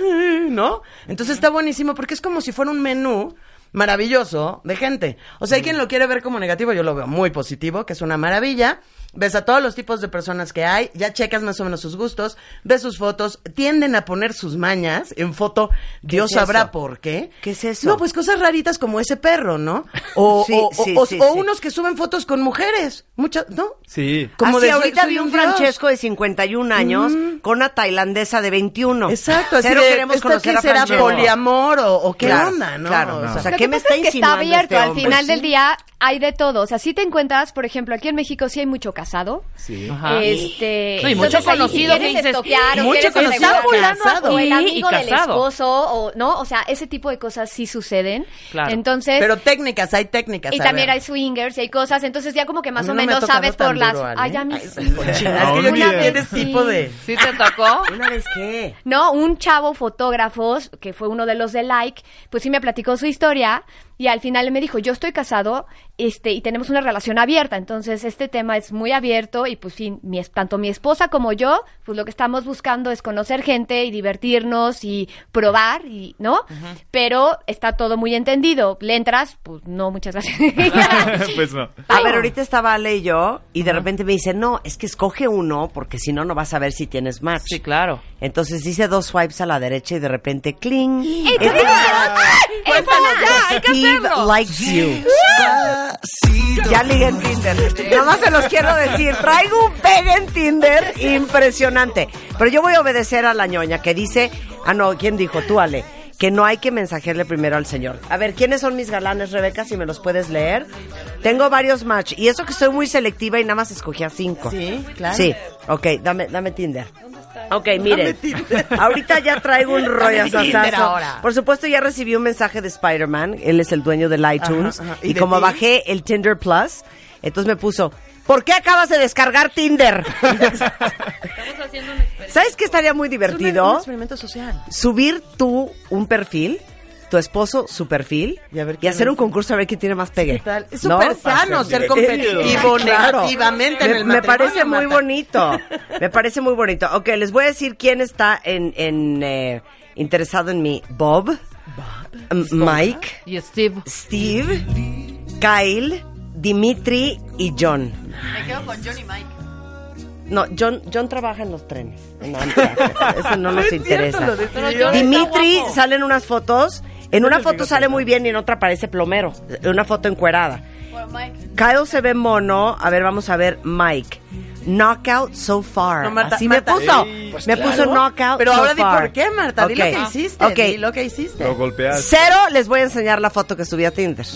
Speaker 5: ¿no? Entonces está buenísimo porque es como si fuera un menú maravilloso de gente. O
Speaker 2: Mm.
Speaker 5: sea, hay quien lo quiere ver como negativo, yo lo veo muy positivo, que es una maravilla. Ves a todos los tipos de personas que hay, ya checas más o menos sus gustos, ves sus fotos, tienden a poner sus mañas en foto, Dios
Speaker 2: es eso?
Speaker 5: sabrá por qué.
Speaker 2: ¿Qué es eso?
Speaker 5: No, pues cosas raritas como ese perro, ¿no? O,
Speaker 2: Sí,
Speaker 5: o- o-
Speaker 2: sí,
Speaker 5: o-
Speaker 2: sí,
Speaker 5: o
Speaker 2: sí.
Speaker 5: unos que suben fotos con mujeres, muchas, ¿no?
Speaker 4: Sí.
Speaker 5: Como
Speaker 2: Así,
Speaker 5: de, soy-
Speaker 2: ahorita
Speaker 5: soy
Speaker 2: vi un
Speaker 5: dios. Mm.
Speaker 2: Francesco de 51 años con una tailandesa de 21.
Speaker 5: Exacto, así
Speaker 2: Cero
Speaker 5: de,
Speaker 2: queremos
Speaker 5: ¿esta
Speaker 2: conocer
Speaker 5: qué
Speaker 2: a
Speaker 5: será
Speaker 2: Francesco.
Speaker 5: poliamor o, o qué
Speaker 2: Claro,
Speaker 5: onda, no?
Speaker 2: claro,
Speaker 5: O
Speaker 2: no.
Speaker 5: sea,
Speaker 2: O sea,
Speaker 6: Lo
Speaker 2: ¿qué
Speaker 6: que
Speaker 2: me
Speaker 6: pasa
Speaker 2: está
Speaker 6: es que está
Speaker 2: insinuando
Speaker 6: abierto.
Speaker 2: este
Speaker 6: al
Speaker 2: hombre?
Speaker 6: final del
Speaker 2: Sí.
Speaker 6: día hay de todo. O sea, sí te encuentras, por ejemplo, aquí en México sí hay mucho casado.
Speaker 4: Sí.
Speaker 3: Ajá.
Speaker 6: Este,
Speaker 3: No, y mucho
Speaker 6: entonces, ahí,
Speaker 3: conocido
Speaker 6: si
Speaker 3: que
Speaker 6: quieres
Speaker 3: dices,
Speaker 6: estoquear o
Speaker 5: mucho
Speaker 6: quieres
Speaker 5: conocido
Speaker 6: asegurar-
Speaker 5: casado.
Speaker 6: o el
Speaker 3: Y-
Speaker 6: amigo
Speaker 3: y
Speaker 6: del
Speaker 3: casado.
Speaker 6: esposo o no, o sea, ese tipo de cosas sí suceden.
Speaker 3: Claro.
Speaker 6: Entonces,
Speaker 5: Pero técnicas, hay técnicas.
Speaker 6: y
Speaker 5: a
Speaker 6: también
Speaker 5: ver.
Speaker 6: hay swingers y hay cosas, entonces ya como que más
Speaker 5: A
Speaker 6: o
Speaker 5: mí no me
Speaker 6: menos
Speaker 5: ha tocado
Speaker 6: sabes
Speaker 5: tan
Speaker 6: por las
Speaker 5: duro, Ale.
Speaker 6: Ay, a mí
Speaker 5: Ay,
Speaker 6: sí.
Speaker 5: Cochina, es que
Speaker 4: Ahora
Speaker 5: yo creo que
Speaker 4: bien.
Speaker 5: eres tipo de...
Speaker 3: ¿Sí te tocó?
Speaker 2: ¿Una vez qué?
Speaker 6: No, un chavo fotógrafo, que fue uno de los de Like, pues sí me platicó su historia y al final me dijo, yo estoy casado este, y tenemos una relación abierta, entonces este tema es muy abierto y pues sí, mi es- tanto mi esposa como yo, pues lo que estamos buscando es conocer gente y divertirnos y probar, y ¿no? Pero está todo muy entendido. ¿Le entras? Pues no, muchas gracias.
Speaker 4: pues no.
Speaker 2: A
Speaker 6: Ay.
Speaker 2: ver, ahorita estaba Ale y yo, y de repente me dice, no, es que escoge uno, porque si no, no vas a ver si tienes match.
Speaker 3: Sí, claro.
Speaker 2: Entonces hice dos swipes a la derecha y de repente, cling.
Speaker 6: Entonces,
Speaker 3: Cuéntanos ya, hay que
Speaker 2: Steve
Speaker 3: hacerlo.
Speaker 2: likes you. Ya ligué en Tinder. Nada más se los quiero decir. Traigo un pegue en Tinder impresionante. Pero yo voy a obedecer a la ñoña que dice, ah no, ¿quién dijo? Tú, Ale. Que no hay que mensajearle primero al señor. A ver, ¿quiénes son mis galanes, Rebeca? Si me los puedes leer. Tengo varios match. Y eso que soy muy selectiva y nada más escogí a cinco.
Speaker 5: Sí, claro.
Speaker 2: Sí. Ok, dame, dame Tinder. Ok, miren. Ahorita ya traigo un rollo
Speaker 5: Tinder ahora.
Speaker 2: Por supuesto, ya recibí un mensaje de Spider-Man. Él es el dueño del iTunes.
Speaker 5: Ajá, ajá.
Speaker 2: Y,
Speaker 5: ¿Y de
Speaker 2: como
Speaker 5: ti?
Speaker 2: bajé el Tinder Plus, entonces me puso, ¿por qué acabas de descargar Tinder?
Speaker 3: Estamos haciendo un experimento.
Speaker 2: ¿Sabes qué estaría muy
Speaker 5: Es un- un
Speaker 2: divertido?
Speaker 5: experimento social.
Speaker 2: Subir tú un perfil, tu esposo su perfil,
Speaker 5: Y a ver
Speaker 2: y
Speaker 5: quién
Speaker 2: hacer un
Speaker 5: es.
Speaker 2: concurso a ver quién tiene más pegue.
Speaker 5: ¿Qué tal? Es
Speaker 2: ¿No?
Speaker 5: súper sano ser competitivo
Speaker 2: Claro.
Speaker 5: negativamente en
Speaker 2: Me-
Speaker 5: el
Speaker 2: me,
Speaker 5: matrimonio,
Speaker 2: parece muy
Speaker 5: Marta.
Speaker 2: bonito. Me parece muy bonito. Ok, les voy a decir quién está en, en, eh, interesado en mí. Bob, M- Mike,
Speaker 3: Y Steve.
Speaker 2: Steve, Kyle, Dimitri y John.
Speaker 3: Me quedo con Johnny Mike.
Speaker 2: No, John, John trabaja en los trenes. en Amtrak. Eso no nos interesa.
Speaker 3: Pero John
Speaker 2: Dimitri
Speaker 3: está guapo.
Speaker 2: salen unas fotos. En una foto sale muy bien y en otra parece plomero. Una foto encuerada. Kyle se ve mono. A ver, vamos a ver Mike. Knockout so far.
Speaker 5: No, Marta,
Speaker 2: Así
Speaker 5: Marta. Pues
Speaker 2: me puso.
Speaker 4: Sí,
Speaker 2: me
Speaker 5: Claro.
Speaker 2: puso knockout
Speaker 5: Pero
Speaker 2: so
Speaker 5: ahora di
Speaker 2: far.
Speaker 5: por qué, Marta. Di lo
Speaker 2: Ok.
Speaker 5: que hiciste.
Speaker 2: Ok.
Speaker 5: Di lo que hiciste.
Speaker 4: Lo golpeas.
Speaker 2: Cero, les voy a enseñar la foto que subí a Tinder.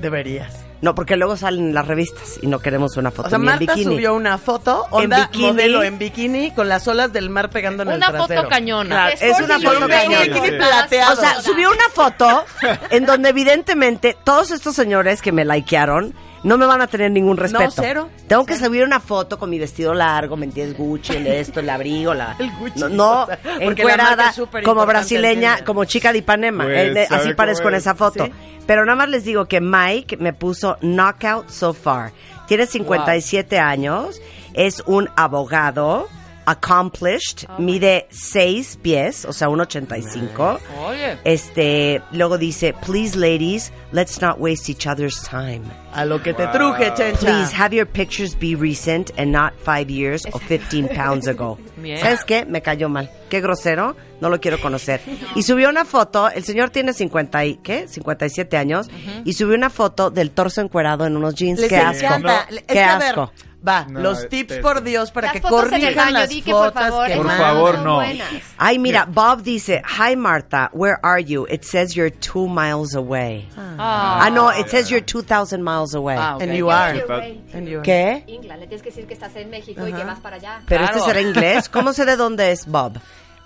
Speaker 5: Deberías.
Speaker 2: No, porque luego salen las revistas y no queremos una foto
Speaker 5: O sea,
Speaker 2: ni en
Speaker 5: Marta
Speaker 2: bikini.
Speaker 5: subió una foto, onda
Speaker 2: bikini.
Speaker 5: modelo en bikini, con las olas del mar pegando en el
Speaker 3: Una
Speaker 5: trasero.
Speaker 3: foto cañona.
Speaker 2: Claro, es una
Speaker 4: Sporting
Speaker 2: foto
Speaker 4: Gilbert.
Speaker 2: cañona.
Speaker 4: Sí.
Speaker 5: plateado.
Speaker 2: O sea, subió una foto en donde evidentemente todos estos señores que me likearon no me van a tener ningún respeto.
Speaker 5: cero.
Speaker 2: Tengo que subir una foto con mi vestido largo, me entiendes, Gucci, el esto, el abrigo, la...
Speaker 5: El Gucci,
Speaker 2: No, no,
Speaker 5: o sea, porque la marca
Speaker 2: encuerada,
Speaker 5: es súper
Speaker 2: como
Speaker 5: importante en
Speaker 2: brasileña,
Speaker 5: Tinder.
Speaker 2: como chica de Ipanema.
Speaker 4: Pues,
Speaker 2: Eh, de-
Speaker 4: ¿sabe
Speaker 2: así
Speaker 4: cómo
Speaker 2: parezco en
Speaker 4: es?
Speaker 2: esa foto.
Speaker 5: Sí.
Speaker 2: Pero nada más les digo que Mike me puso knockout so far. Tiene 57 años, es un abogado, accomplished,
Speaker 5: Oh,
Speaker 2: mide 6 pies, o sea, un 85.
Speaker 3: Oye.
Speaker 2: Este, luego dice, please ladies, let's not waste each other's time.
Speaker 5: A lo que te truje, chencha.
Speaker 2: Please have your pictures be recent and not five years or 15 pounds ago.
Speaker 3: Bien.
Speaker 2: ¿Sabes qué? Me cayó mal. Qué grosero, no lo quiero conocer. Y subió una foto, el señor tiene 50 y, ¿qué? 57 años, y subió una foto del torso encuerado en unos jeans.
Speaker 5: Les
Speaker 2: qué asco.
Speaker 5: encanta.
Speaker 2: No.
Speaker 5: Es
Speaker 2: Qué
Speaker 5: que, a ver,
Speaker 2: asco.
Speaker 5: Va,
Speaker 4: No,
Speaker 5: los
Speaker 4: es
Speaker 5: tips
Speaker 4: eso.
Speaker 5: por Dios para
Speaker 6: las
Speaker 5: que
Speaker 6: fotos en el
Speaker 5: corrijan
Speaker 6: baño,
Speaker 5: las
Speaker 6: di que por
Speaker 5: fotos
Speaker 6: favor,
Speaker 5: que
Speaker 6: esas
Speaker 4: Por
Speaker 6: no
Speaker 5: mandan.
Speaker 4: favor,
Speaker 6: son
Speaker 4: no.
Speaker 6: buenas.
Speaker 2: Ay, mira, Bob dice, hi Martha, where are you? It says you're two miles away. Ah, no, it says you're 2,000 miles away.
Speaker 3: Ah,
Speaker 5: And
Speaker 3: Ok.
Speaker 5: you are.
Speaker 4: Total.
Speaker 5: And you are.
Speaker 2: ¿Qué?
Speaker 6: Inglaterra, le tienes que decir que estás en México y que vas para allá.
Speaker 2: Pero
Speaker 3: Claro.
Speaker 2: este será inglés. ¿Cómo sé de dónde es Bob?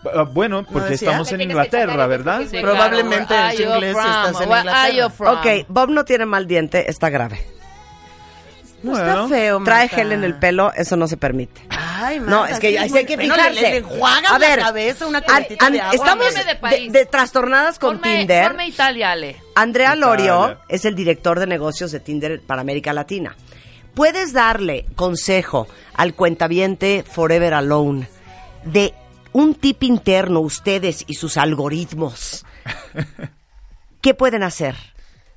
Speaker 4: Ah, Bueno, porque
Speaker 5: decía.
Speaker 4: estamos en Inglaterra, ¿verdad?
Speaker 3: Sí,
Speaker 5: Probablemente
Speaker 3: claro. Where
Speaker 5: es
Speaker 3: are you
Speaker 5: inglés si
Speaker 3: from?
Speaker 5: estás en
Speaker 3: Where are
Speaker 5: Inglaterra.
Speaker 3: you from?
Speaker 2: Ok, Bob no tiene mal diente, está grave.
Speaker 5: No
Speaker 4: Bueno.
Speaker 5: está feo, Marta.
Speaker 2: Trae gel en el pelo, eso no se permite.
Speaker 5: Ay, Marta,
Speaker 2: No, es que
Speaker 5: sí,
Speaker 2: ahí sí hay
Speaker 5: bueno,
Speaker 2: que
Speaker 5: pero
Speaker 2: fijarse.
Speaker 5: Le, le enjuagas
Speaker 2: a ver,
Speaker 5: la cabeza, una
Speaker 2: an-
Speaker 5: cubetita
Speaker 2: an-
Speaker 5: de agua.
Speaker 2: estamos
Speaker 3: Cámbiame Ah, de
Speaker 2: de,
Speaker 3: país.
Speaker 2: de trastornadas con
Speaker 3: Ponme-
Speaker 2: Tinder.
Speaker 3: ponme Italia, Ale.
Speaker 2: Andrea
Speaker 4: Italia.
Speaker 2: Lorio es el director de negocios de Tinder para América Latina. ¿Puedes darle consejo al cuentaviente Forever Alone de un tip interno, ustedes y sus algoritmos? ¿Qué pueden hacer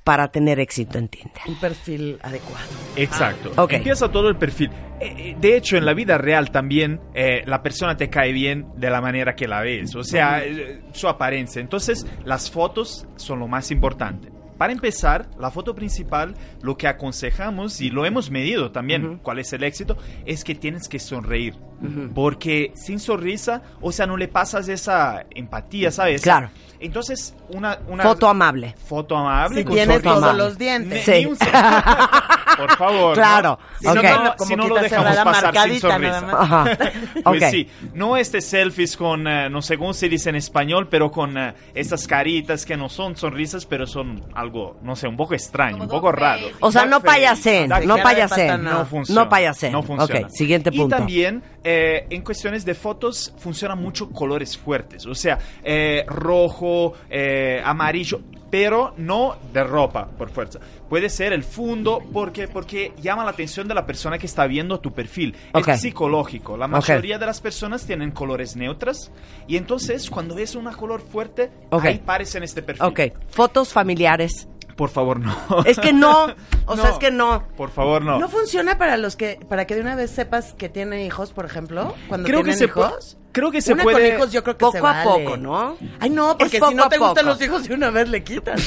Speaker 2: para tener éxito en Tinder?
Speaker 5: Un perfil adecuado.
Speaker 4: Exacto.
Speaker 2: Ah, ok.
Speaker 4: Empieza todo el perfil. Eh, eh, De hecho, en la vida real también eh, la persona te cae bien de la manera que la ves, o sea, eh, su apariencia. Entonces, las fotos son lo más importante. Para empezar, la foto principal, lo que aconsejamos y lo hemos medido también, cuál es el éxito, es que tienes que sonreír. Porque sin sonrisa, o sea, no le pasas esa empatía, ¿sabes?
Speaker 2: Claro.
Speaker 4: Entonces, una... una
Speaker 2: Foto amable.
Speaker 4: Foto amable.
Speaker 5: Si
Speaker 4: con
Speaker 5: tienes
Speaker 2: sonrisa.
Speaker 5: todos
Speaker 4: sonrisa.
Speaker 5: los
Speaker 4: Ne-
Speaker 5: dientes.
Speaker 2: Sí.
Speaker 4: ni un centímetro. Por favor.
Speaker 2: Claro,
Speaker 4: ¿no? Si
Speaker 2: ok.
Speaker 4: no, no,
Speaker 5: Como
Speaker 4: si no lo
Speaker 5: quita
Speaker 4: dejamos
Speaker 5: cerrada
Speaker 4: pasar sin
Speaker 5: marcadita, nada
Speaker 4: sonrisa.
Speaker 5: más.
Speaker 2: Ajá.
Speaker 4: Pues
Speaker 2: Ok.
Speaker 4: sí, no este selfies con, eh, no sé cómo se dice en español, pero con eh, estas caritas que no son sonrisas, pero son algo, no sé, un poco extraño,
Speaker 3: Como
Speaker 4: un poco
Speaker 3: duck
Speaker 4: raro.
Speaker 3: face.
Speaker 2: O sea,
Speaker 4: Duck
Speaker 2: no
Speaker 4: face,
Speaker 2: payasén,
Speaker 4: duck
Speaker 2: no
Speaker 4: face.
Speaker 2: payasén.
Speaker 4: No funciona.
Speaker 2: No payasén.
Speaker 4: No funciona.
Speaker 2: Ok, siguiente
Speaker 4: Y
Speaker 2: punto.
Speaker 4: también, eh, en cuestiones de fotos, funcionan mucho colores fuertes. O sea, eh, rojo, eh, amarillo, pero no de ropa, por fuerza. Puede ser el fondo, porque Porque llama la atención de la persona que está viendo tu perfil.
Speaker 2: Ok.
Speaker 4: Es psicológico. La
Speaker 2: Ok.
Speaker 4: mayoría de las personas tienen colores neutras. Y entonces, cuando ves una color fuerte,
Speaker 2: Ok.
Speaker 4: ahí pares en este perfil.
Speaker 2: Ok, fotos familiares.
Speaker 4: Por favor, no.
Speaker 2: Es que no, o sea,
Speaker 4: No.
Speaker 2: es que no.
Speaker 4: Por favor, no.
Speaker 5: ¿No funciona para los que, para que de una vez sepas que tienen hijos, por ejemplo? Cuando
Speaker 4: Creo que
Speaker 5: tienen
Speaker 4: se
Speaker 5: hijos.
Speaker 4: pu- creo que se
Speaker 5: Una
Speaker 4: puede-
Speaker 5: con hijos yo creo que
Speaker 2: Poco
Speaker 5: se
Speaker 2: a
Speaker 5: vale.
Speaker 2: poco, ¿no?
Speaker 5: Ay, no, porque
Speaker 2: Es poco
Speaker 5: si no
Speaker 2: a
Speaker 5: te gustan
Speaker 2: poco.
Speaker 5: los hijos de una vez le quitas.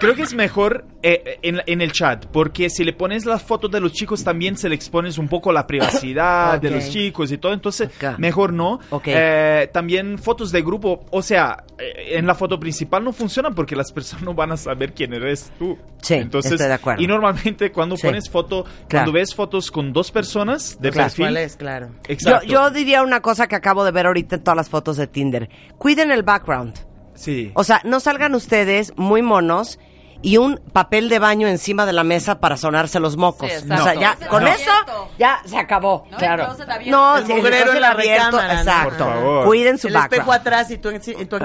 Speaker 4: Creo que es mejor eh, en, en el chat, porque si le pones las fotos de los chicos también se le expones un poco la privacidad de
Speaker 2: Ok.
Speaker 4: los chicos y todo, entonces
Speaker 2: Ok.
Speaker 4: mejor no.
Speaker 2: Ok.
Speaker 4: Eh, también fotos de grupo, o sea, eh, en la foto principal no funcionan porque las personas no van a saber quién eres tú.
Speaker 2: Sí, estoy de acuerdo.
Speaker 4: Y normalmente cuando
Speaker 2: Sí.
Speaker 4: pones foto,
Speaker 2: Claro.
Speaker 4: cuando ves fotos con dos personas de
Speaker 2: Claro.
Speaker 4: perfil,
Speaker 5: ¿Cuál es? Claro.
Speaker 2: Yo,
Speaker 4: exacto.
Speaker 2: yo diría una cosa que acabo de ver ahorita en todas las fotos de Tinder. Cuiden el background.
Speaker 4: sí.
Speaker 2: O sea, no salgan ustedes muy monos y un papel de baño encima de la mesa para sonarse los mocos.
Speaker 3: Sí,
Speaker 2: o
Speaker 3: exacto.
Speaker 2: sea, ya
Speaker 7: No.
Speaker 2: con
Speaker 7: No.
Speaker 2: eso ya se acabó.
Speaker 7: No, el
Speaker 2: claro.
Speaker 7: closet abierto.
Speaker 2: No,
Speaker 5: El
Speaker 2: sí,
Speaker 5: mugrero en
Speaker 2: closet
Speaker 5: la recámara, ¿no?
Speaker 2: Exacto.
Speaker 4: Por favor.
Speaker 2: Cuiden su
Speaker 5: el espejo
Speaker 2: background.
Speaker 5: atrás y tú en, y tú en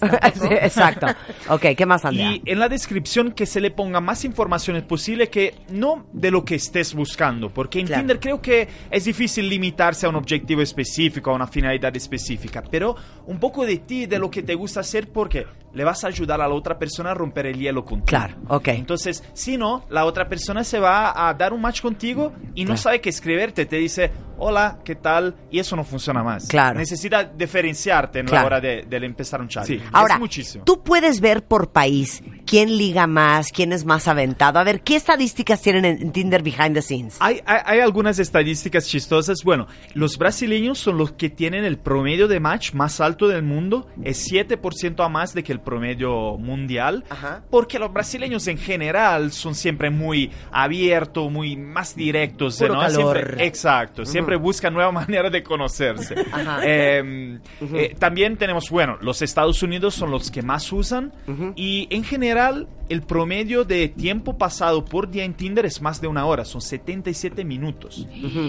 Speaker 5: tampoco.
Speaker 2: Sí, exacto. Ok, ¿qué más, Andrea?
Speaker 4: Y en la descripción que se le ponga más información posible que no de lo que estés buscando, porque en
Speaker 2: Claro.
Speaker 4: Tinder creo que es difícil limitarse a un objetivo específico, a una finalidad específica, pero un poco de ti, de lo que te gusta hacer, porque le vas a ayudar a la otra persona a romper el hielo contigo.
Speaker 2: Claro, ok.
Speaker 4: Entonces, si no, la otra persona se va a dar un match contigo y no
Speaker 2: Claro.
Speaker 4: sabe qué escribirte, te dice, hola, ¿qué tal? Y eso no funciona más.
Speaker 2: Claro.
Speaker 4: Necesita diferenciarte en
Speaker 2: Claro.
Speaker 4: la hora de, del empezar un chat. Es
Speaker 2: Ahora,
Speaker 4: muchísimo.
Speaker 2: tú puedes ver por país quién liga más, quién es más aventado. A ver, ¿qué estadísticas tienen en en Tinder behind the scenes?
Speaker 4: Hay, hay- hay algunas estadísticas chistosas. Bueno, los brasileños son los que tienen el promedio de match más alto del mundo. Es 7% a más de que el promedio mundial.
Speaker 2: Ajá.
Speaker 4: Porque los brasileños en general son siempre muy abiertos, muy más directos.
Speaker 5: Puro
Speaker 4: ¿no?
Speaker 5: calor.
Speaker 4: Siempre- exacto. Siempre buscan nueva manera de conocerse.
Speaker 2: Ajá.
Speaker 4: Eh, eh, también tenemos, bueno, los Estados Unidos son los que más usan. Y en general, el promedio de tiempo pasado por día en Tinder es más de una hora. Son 77 minutos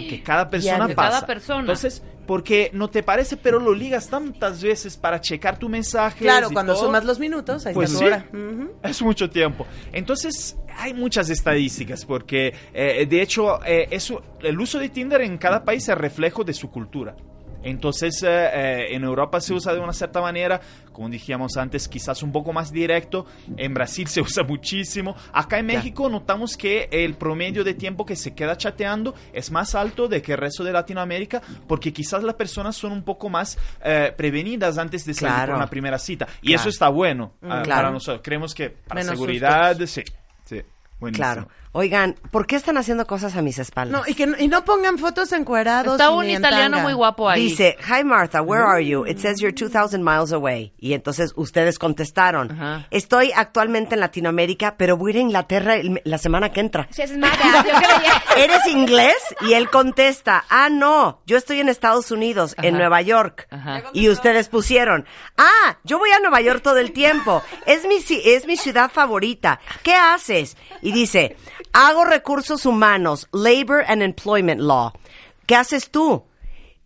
Speaker 4: que cada persona
Speaker 3: Diario.
Speaker 4: pasa.
Speaker 3: Cada persona.
Speaker 4: Entonces, porque no te parece, pero lo ligas tantas veces para checar tu mensaje.
Speaker 5: Claro, cuando sumas los minutos, ahí
Speaker 4: Pues
Speaker 5: está
Speaker 4: sí.
Speaker 5: tu hora. Ujú.
Speaker 4: Es mucho tiempo. Entonces, hay muchas estadísticas, porque eh, de hecho, eh, eso, el uso de Tinder en cada país es reflejo de su cultura. Entonces, eh, eh, en Europa se usa de una cierta manera, como dijimos antes, quizás un poco más directo. En Brasil se usa muchísimo. Acá en México notamos que el promedio de tiempo que se queda chateando es más alto de que el resto de Latinoamérica, porque quizás las personas son un poco más eh, prevenidas antes de salir
Speaker 2: Claro.
Speaker 4: por una primera cita. Y
Speaker 2: Claro.
Speaker 4: eso está bueno ah,
Speaker 2: claro.
Speaker 4: para nosotros. Creemos que para
Speaker 5: Menos
Speaker 4: seguridad, sí. Sí, buenísimo.
Speaker 2: Claro. Oigan, ¿por qué están haciendo cosas a mis espaldas?
Speaker 5: No, y, que, no- y no pongan fotos encuerados.
Speaker 3: Está
Speaker 5: ni
Speaker 3: un
Speaker 5: en
Speaker 3: italiano
Speaker 5: tanga.
Speaker 3: muy guapo ahí.
Speaker 2: Dice, hi Martha, where are you? It says you're 2,000 miles away. Y entonces ustedes contestaron,
Speaker 3: Ajá.
Speaker 2: estoy actualmente en Latinoamérica, pero voy a ir a Inglaterra el- la semana que entra.
Speaker 6: O sea, es maga, yo creía.
Speaker 2: ¿Eres inglés? Y él contesta, ah, no, yo estoy en Estados Unidos, en
Speaker 3: Ajá.
Speaker 2: Nueva York.
Speaker 3: Ajá.
Speaker 2: Y ustedes pusieron, ah, yo voy a Nueva York todo el tiempo, es mi, ci- es mi ciudad favorita, ¿qué haces? Y dice, hago recursos humanos, labor and employment law. ¿Qué haces tú?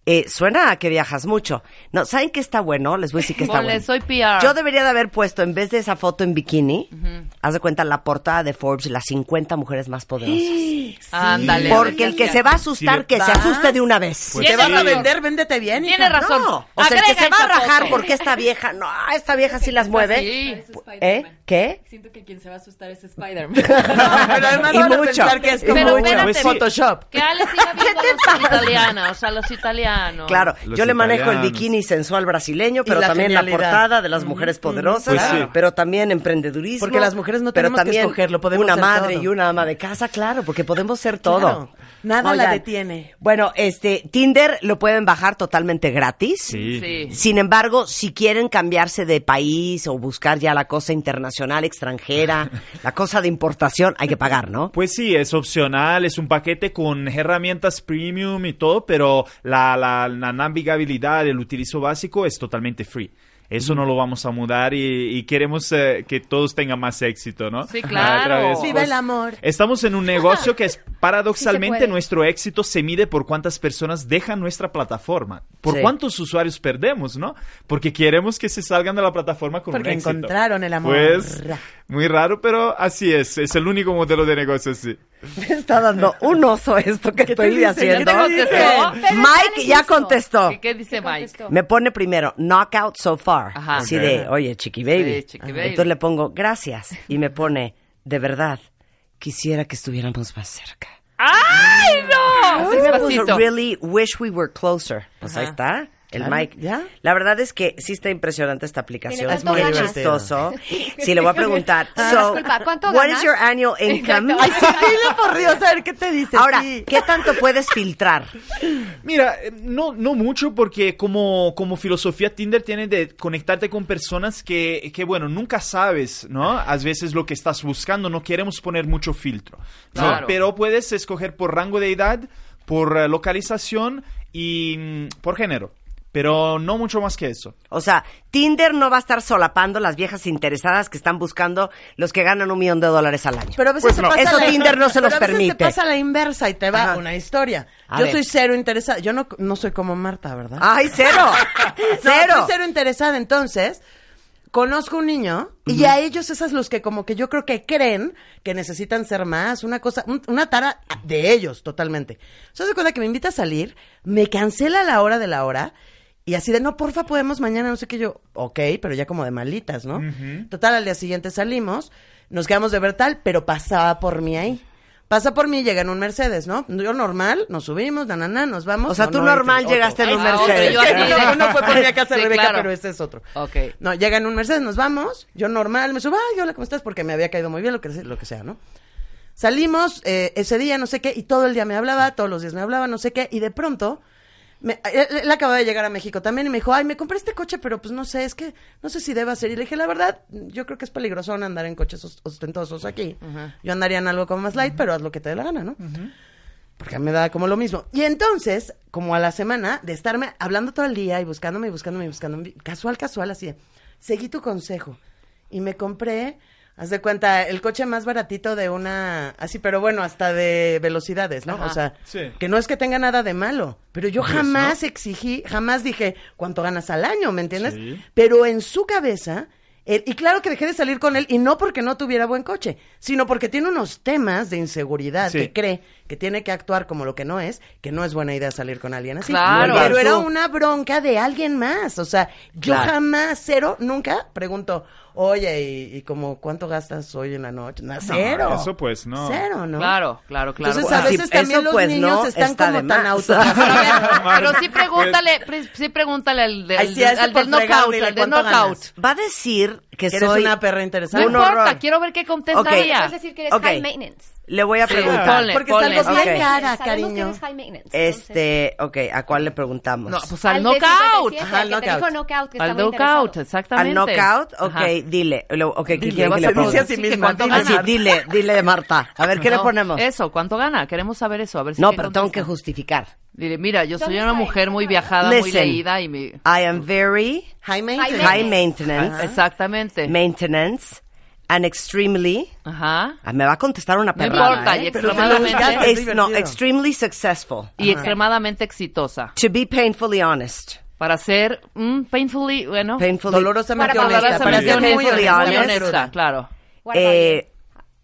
Speaker 2: Eh, suena a que viajas mucho. No, ¿saben qué está bueno? Les voy a decir que está
Speaker 3: Ponle,
Speaker 2: bueno.
Speaker 3: soy PR.
Speaker 2: Yo debería de haber puesto, en vez de esa foto en bikini, haz de cuenta la portada de Forbes, las 50 mujeres más poderosas.
Speaker 3: Ándale.
Speaker 2: Porque el que se va a asustar, que se
Speaker 5: ¿Vas?
Speaker 2: asuste de una vez.
Speaker 4: Pues
Speaker 5: Te vas a
Speaker 3: sí.
Speaker 5: vender, véndete bien.
Speaker 3: Tiene
Speaker 5: hija.
Speaker 3: razón.
Speaker 2: No, o sea, el que
Speaker 3: Agrega
Speaker 2: se va a
Speaker 3: esa
Speaker 2: rajar
Speaker 3: foto.
Speaker 2: porque esta vieja, no, esta vieja sí las mueve.
Speaker 3: Sí.
Speaker 2: ¿Eh? ¿Qué?
Speaker 7: Siento que quien se va a asustar es Spider-Man.
Speaker 5: No, pero además
Speaker 2: Y
Speaker 5: van a
Speaker 2: mucho.
Speaker 5: pensar que es
Speaker 2: Y
Speaker 5: como
Speaker 3: mucho.
Speaker 5: bueno,
Speaker 3: Pues sí.
Speaker 5: Photoshop.
Speaker 3: Que Ale siga viendo
Speaker 2: ¿Qué te
Speaker 3: a los
Speaker 2: pasa?
Speaker 3: italianos, a los italianos.
Speaker 2: Claro,
Speaker 4: Los
Speaker 2: yo le manejo el
Speaker 4: italianos.
Speaker 2: bikini sensual brasileño, pero
Speaker 5: la
Speaker 2: también la
Speaker 5: genialidad.
Speaker 2: portada de las mujeres poderosas,
Speaker 4: Pues sí.
Speaker 2: pero también emprendedurismo.
Speaker 5: Porque las mujeres no
Speaker 2: pero
Speaker 5: tenemos que
Speaker 2: también
Speaker 5: escoger, lo podemos
Speaker 2: Una
Speaker 5: ser
Speaker 2: madre
Speaker 5: todo.
Speaker 2: y una ama de casa, claro, porque podemos ser todo.
Speaker 5: Claro, nada la
Speaker 2: Oigan,
Speaker 5: detiene.
Speaker 2: Bueno, este Tinder lo pueden bajar totalmente gratis.
Speaker 4: Sí.
Speaker 3: Sí.
Speaker 2: Sin embargo, si quieren cambiarse de país o buscar ya la cosa internacional, extranjera, la cosa de importación, hay que pagar, ¿no?
Speaker 4: Pues sí, es opcional, es un paquete con herramientas premium y todo, pero la, la- la navegabilidad, el utilizo básico es totalmente free. Eso no lo vamos a mudar y, y queremos eh, que todos tengan más éxito, ¿no?
Speaker 3: Sí, claro.
Speaker 4: A través,
Speaker 5: Viva
Speaker 4: pues,
Speaker 5: el amor.
Speaker 4: Estamos en un negocio que es
Speaker 6: Sí
Speaker 4: paradoxalmente
Speaker 6: se puede.
Speaker 4: nuestro éxito se mide por cuántas personas dejan nuestra plataforma, por
Speaker 2: Sí.
Speaker 4: cuántos usuarios perdemos, ¿no? Porque queremos que se salgan de la plataforma con
Speaker 5: Porque
Speaker 4: un éxito.
Speaker 5: encontraron el amor.
Speaker 4: Pues, muy raro, pero así es. Es el único modelo de negocio así.
Speaker 2: Me está dando un oso esto que
Speaker 5: ¿Qué te
Speaker 2: estoy
Speaker 5: dicen?
Speaker 2: haciendo.
Speaker 3: ¿Ya te contestó?
Speaker 2: Mike
Speaker 6: Pero ya le
Speaker 2: ya
Speaker 6: puso.
Speaker 2: contestó.
Speaker 3: ¿Y qué dice Mike?
Speaker 2: Me pone primero, knockout so far.
Speaker 3: Ajá.
Speaker 2: Así
Speaker 4: Ok.
Speaker 2: de, oye, chiqui baby.
Speaker 3: Sí, chiqui baby.
Speaker 2: Entonces le pongo, gracias. Y me pone, de verdad, quisiera que estuviéramos más cerca.
Speaker 3: ¡Ay, no!
Speaker 2: Sí me puso,
Speaker 3: Despacito.
Speaker 2: really wish we were closer. Pues ahí está. El
Speaker 5: Claro,
Speaker 2: Mike.
Speaker 5: ya.
Speaker 2: La verdad es que sí está impresionante esta aplicación.
Speaker 6: Tiene
Speaker 2: Es muy
Speaker 6: tanto ganas.
Speaker 2: chistoso. Sí, le voy a preguntar.
Speaker 6: Ah,
Speaker 2: So,
Speaker 6: disculpa, ¿cuánto
Speaker 2: what
Speaker 6: ganas?
Speaker 2: is your annual income?
Speaker 6: Exacto. Ay, sí.
Speaker 5: Dile por Dios, a ver qué te dice.
Speaker 2: Ahora,
Speaker 5: sí.
Speaker 2: ¿qué tanto puedes filtrar?
Speaker 4: Mira, eh, no, no mucho porque como, como filosofía Tinder tiene de conectarte con personas que, que, bueno, nunca sabes, ¿no? A veces lo que estás buscando, no queremos poner mucho filtro, ¿no?
Speaker 3: Claro.
Speaker 4: Pero puedes escoger por rango de edad, por eh, localización y mm, por género, pero no mucho más que eso.
Speaker 2: O sea, Tinder no va a estar solapando las viejas interesadas que están buscando los que ganan un millón de dólares al año.
Speaker 5: Pero a veces
Speaker 4: Pues
Speaker 5: te
Speaker 4: no.
Speaker 5: pasa
Speaker 2: Eso
Speaker 5: la-
Speaker 2: Tinder no se
Speaker 5: pero
Speaker 2: los
Speaker 5: a veces
Speaker 2: permite.
Speaker 5: te pasa la inversa y te va
Speaker 2: Ajá.
Speaker 5: una historia.
Speaker 2: A
Speaker 5: Yo
Speaker 2: ver. Ah,
Speaker 5: soy cero interesada. Yo no, no soy como Marta, ¿verdad?
Speaker 2: ¡Ay, cero!
Speaker 5: No,
Speaker 2: ¡Cero!
Speaker 5: soy cero interesada. Entonces, conozco un niño y a ellos esas los que como que yo creo que creen que necesitan ser más, una cosa, un- una tara de ellos totalmente. Se hace cuenta que me invita a salir, me cancela la hora de la hora y así de, no, porfa, podemos mañana, no sé qué yo, ok, pero ya como de malitas, ¿no? Total, al día siguiente salimos, nos quedamos de ver tal, pero pasaba por mí ahí. Pasa por mí, llega en un Mercedes, ¿no? Yo normal, nos subimos, na, na, na, nos vamos.
Speaker 2: O sea,
Speaker 5: No,
Speaker 2: tú
Speaker 5: no,
Speaker 2: normal
Speaker 5: otro.
Speaker 2: llegaste en un
Speaker 3: Ah, otro,
Speaker 2: Mercedes.
Speaker 3: yo así de-
Speaker 5: No, no fue por mi casa
Speaker 3: Sí,
Speaker 5: Rebeca,
Speaker 3: claro.
Speaker 5: pero este es otro.
Speaker 3: Ok.
Speaker 5: No, llega en un Mercedes, nos vamos. Yo normal, me subo, ay, hola, ¿cómo estás? Porque me había caído muy bien, lo que, lo que sea, ¿no? Salimos eh, ese día, no sé qué, y todo el día me hablaba, todos los días me hablaba, no sé qué, y de pronto, me- él, él acababa de llegar a México también y me dijo, ay, me compré este coche, pero pues no sé, es que no sé si deba ser. Y le dije, la verdad, yo creo que es peligroso andar en coches os- ostentosos aquí. Yo andaría en algo como más light, pero haz lo que te dé la gana, ¿no? Porque me da como lo mismo. Y entonces, como a la semana, de estarme hablando todo el día y buscándome y buscándome y buscándome, casual, casual, así de, seguí tu consejo. Y me compré, haz de cuenta, el coche más baratito de una, así, pero bueno, hasta de velocidades, ¿no?
Speaker 3: Ajá.
Speaker 5: O sea,
Speaker 4: Sí.
Speaker 5: que no es que tenga nada de malo, pero yo
Speaker 4: Pues,
Speaker 5: jamás exigí, jamás dije cuánto ganas al año, ¿me entiendes?
Speaker 4: Sí.
Speaker 5: Pero en su cabeza, él- y claro que dejé de salir con él, y no porque no tuviera buen coche, sino porque tiene unos temas de inseguridad
Speaker 4: Sí.
Speaker 5: que cree que tiene que actuar como lo que no es, que no es buena idea salir con alguien así.
Speaker 3: Claro.
Speaker 5: Pero era
Speaker 2: Tú.
Speaker 5: una bronca de alguien más, o sea, yo
Speaker 2: Claro.
Speaker 5: jamás, cero, nunca pregunto, oye, ¿y, y como cuánto gastas hoy en la noche? No, cero.
Speaker 4: eso pues, no.
Speaker 5: Cero, ¿no?
Speaker 3: Claro, claro, claro.
Speaker 5: Entonces a
Speaker 2: Bueno,
Speaker 5: veces
Speaker 2: sí,
Speaker 5: también
Speaker 2: eso,
Speaker 5: los
Speaker 2: pues,
Speaker 5: niños
Speaker 2: no,
Speaker 5: están
Speaker 2: está
Speaker 5: como
Speaker 2: de
Speaker 5: tan
Speaker 2: más.
Speaker 3: Pero,
Speaker 5: auto.
Speaker 3: a ver, pero sí pregúntale, pre- sí pregúntale al, del-
Speaker 5: Ay, sí, a ese
Speaker 3: al
Speaker 5: por
Speaker 3: del
Speaker 5: fregado,
Speaker 3: knockout,
Speaker 5: dile
Speaker 3: al del
Speaker 5: cuánto
Speaker 3: knockout.
Speaker 5: ganas.
Speaker 2: Va a decir que
Speaker 5: Que eres
Speaker 2: soy...
Speaker 5: una perra
Speaker 3: No
Speaker 5: interesada.
Speaker 2: Un
Speaker 3: importa,
Speaker 2: horror.
Speaker 3: quiero ver qué contesta
Speaker 2: Ok.
Speaker 3: ella.
Speaker 6: Puedes decir que eres
Speaker 2: Ok.
Speaker 6: high maintenance.
Speaker 2: Le voy a
Speaker 3: Sí,
Speaker 2: preguntar.
Speaker 3: ponle.
Speaker 5: Porque está algo
Speaker 2: ponle.
Speaker 5: bien
Speaker 2: Ok.
Speaker 5: cara,
Speaker 6: Sabemos que
Speaker 5: cariño.
Speaker 6: eres high maintenance. entonces-
Speaker 2: Este, ok, ¿a cuál le preguntamos?
Speaker 3: No, pues
Speaker 6: Al
Speaker 3: al
Speaker 6: de 57,
Speaker 3: knockout.
Speaker 5: Ajá,
Speaker 6: al que te
Speaker 5: knockout.
Speaker 6: dijo knockout, que está
Speaker 3: Al
Speaker 6: muy
Speaker 3: knockout,
Speaker 6: interesado.
Speaker 2: Al
Speaker 3: exactamente.
Speaker 2: knockout, ok,
Speaker 3: Ajá.
Speaker 2: dile. Lo- Ok, ¿qué
Speaker 3: Dile,
Speaker 2: quieren
Speaker 3: vas
Speaker 2: que le
Speaker 3: a
Speaker 2: pregunte?
Speaker 5: Dice a
Speaker 3: pronunciar.
Speaker 5: sí
Speaker 3: Sí, que
Speaker 5: misma.
Speaker 3: cuánto
Speaker 5: dile.
Speaker 2: Ah, sí,
Speaker 3: ganas.
Speaker 2: dile, dile de Marta. A ver, ¿qué le
Speaker 3: No,
Speaker 2: ponemos?
Speaker 3: Eso, ¿cuánto gana? Queremos saber eso, a ver si
Speaker 2: no,
Speaker 3: qué
Speaker 2: pero tengo que
Speaker 3: contesta.
Speaker 2: justificar.
Speaker 3: Dile, mira, yo soy
Speaker 6: ¿Dónde
Speaker 3: una
Speaker 6: está
Speaker 3: mujer
Speaker 6: ella?
Speaker 3: muy viajada, muy
Speaker 2: Listen.
Speaker 3: leída y me...
Speaker 2: I am very
Speaker 5: Jaime.
Speaker 6: Jaime.
Speaker 3: Ah.
Speaker 2: high maintenance.
Speaker 3: Exactamente.
Speaker 2: Maintenance. and extremely.
Speaker 3: Ajá.
Speaker 2: Ah, Me va a contestar una
Speaker 3: No
Speaker 2: perrada.
Speaker 3: importa,
Speaker 2: ¿eh?
Speaker 3: y
Speaker 5: Pero te lo buscaste.
Speaker 3: extremadamente,
Speaker 5: Es
Speaker 2: Ex- no,
Speaker 5: divertido.
Speaker 2: extremely successful.
Speaker 3: y extremadamente exitosa.
Speaker 2: To be painfully honest.
Speaker 3: Para ser mm, painfully, bueno,
Speaker 2: Painfully.
Speaker 5: Dolorosamente
Speaker 3: para
Speaker 5: honesta.
Speaker 3: hablar
Speaker 2: para
Speaker 5: Para
Speaker 2: ser
Speaker 5: ser muy
Speaker 2: painfully
Speaker 5: honesta.
Speaker 2: honest.
Speaker 5: muy honesta.
Speaker 3: claro.
Speaker 6: What about
Speaker 2: Eh,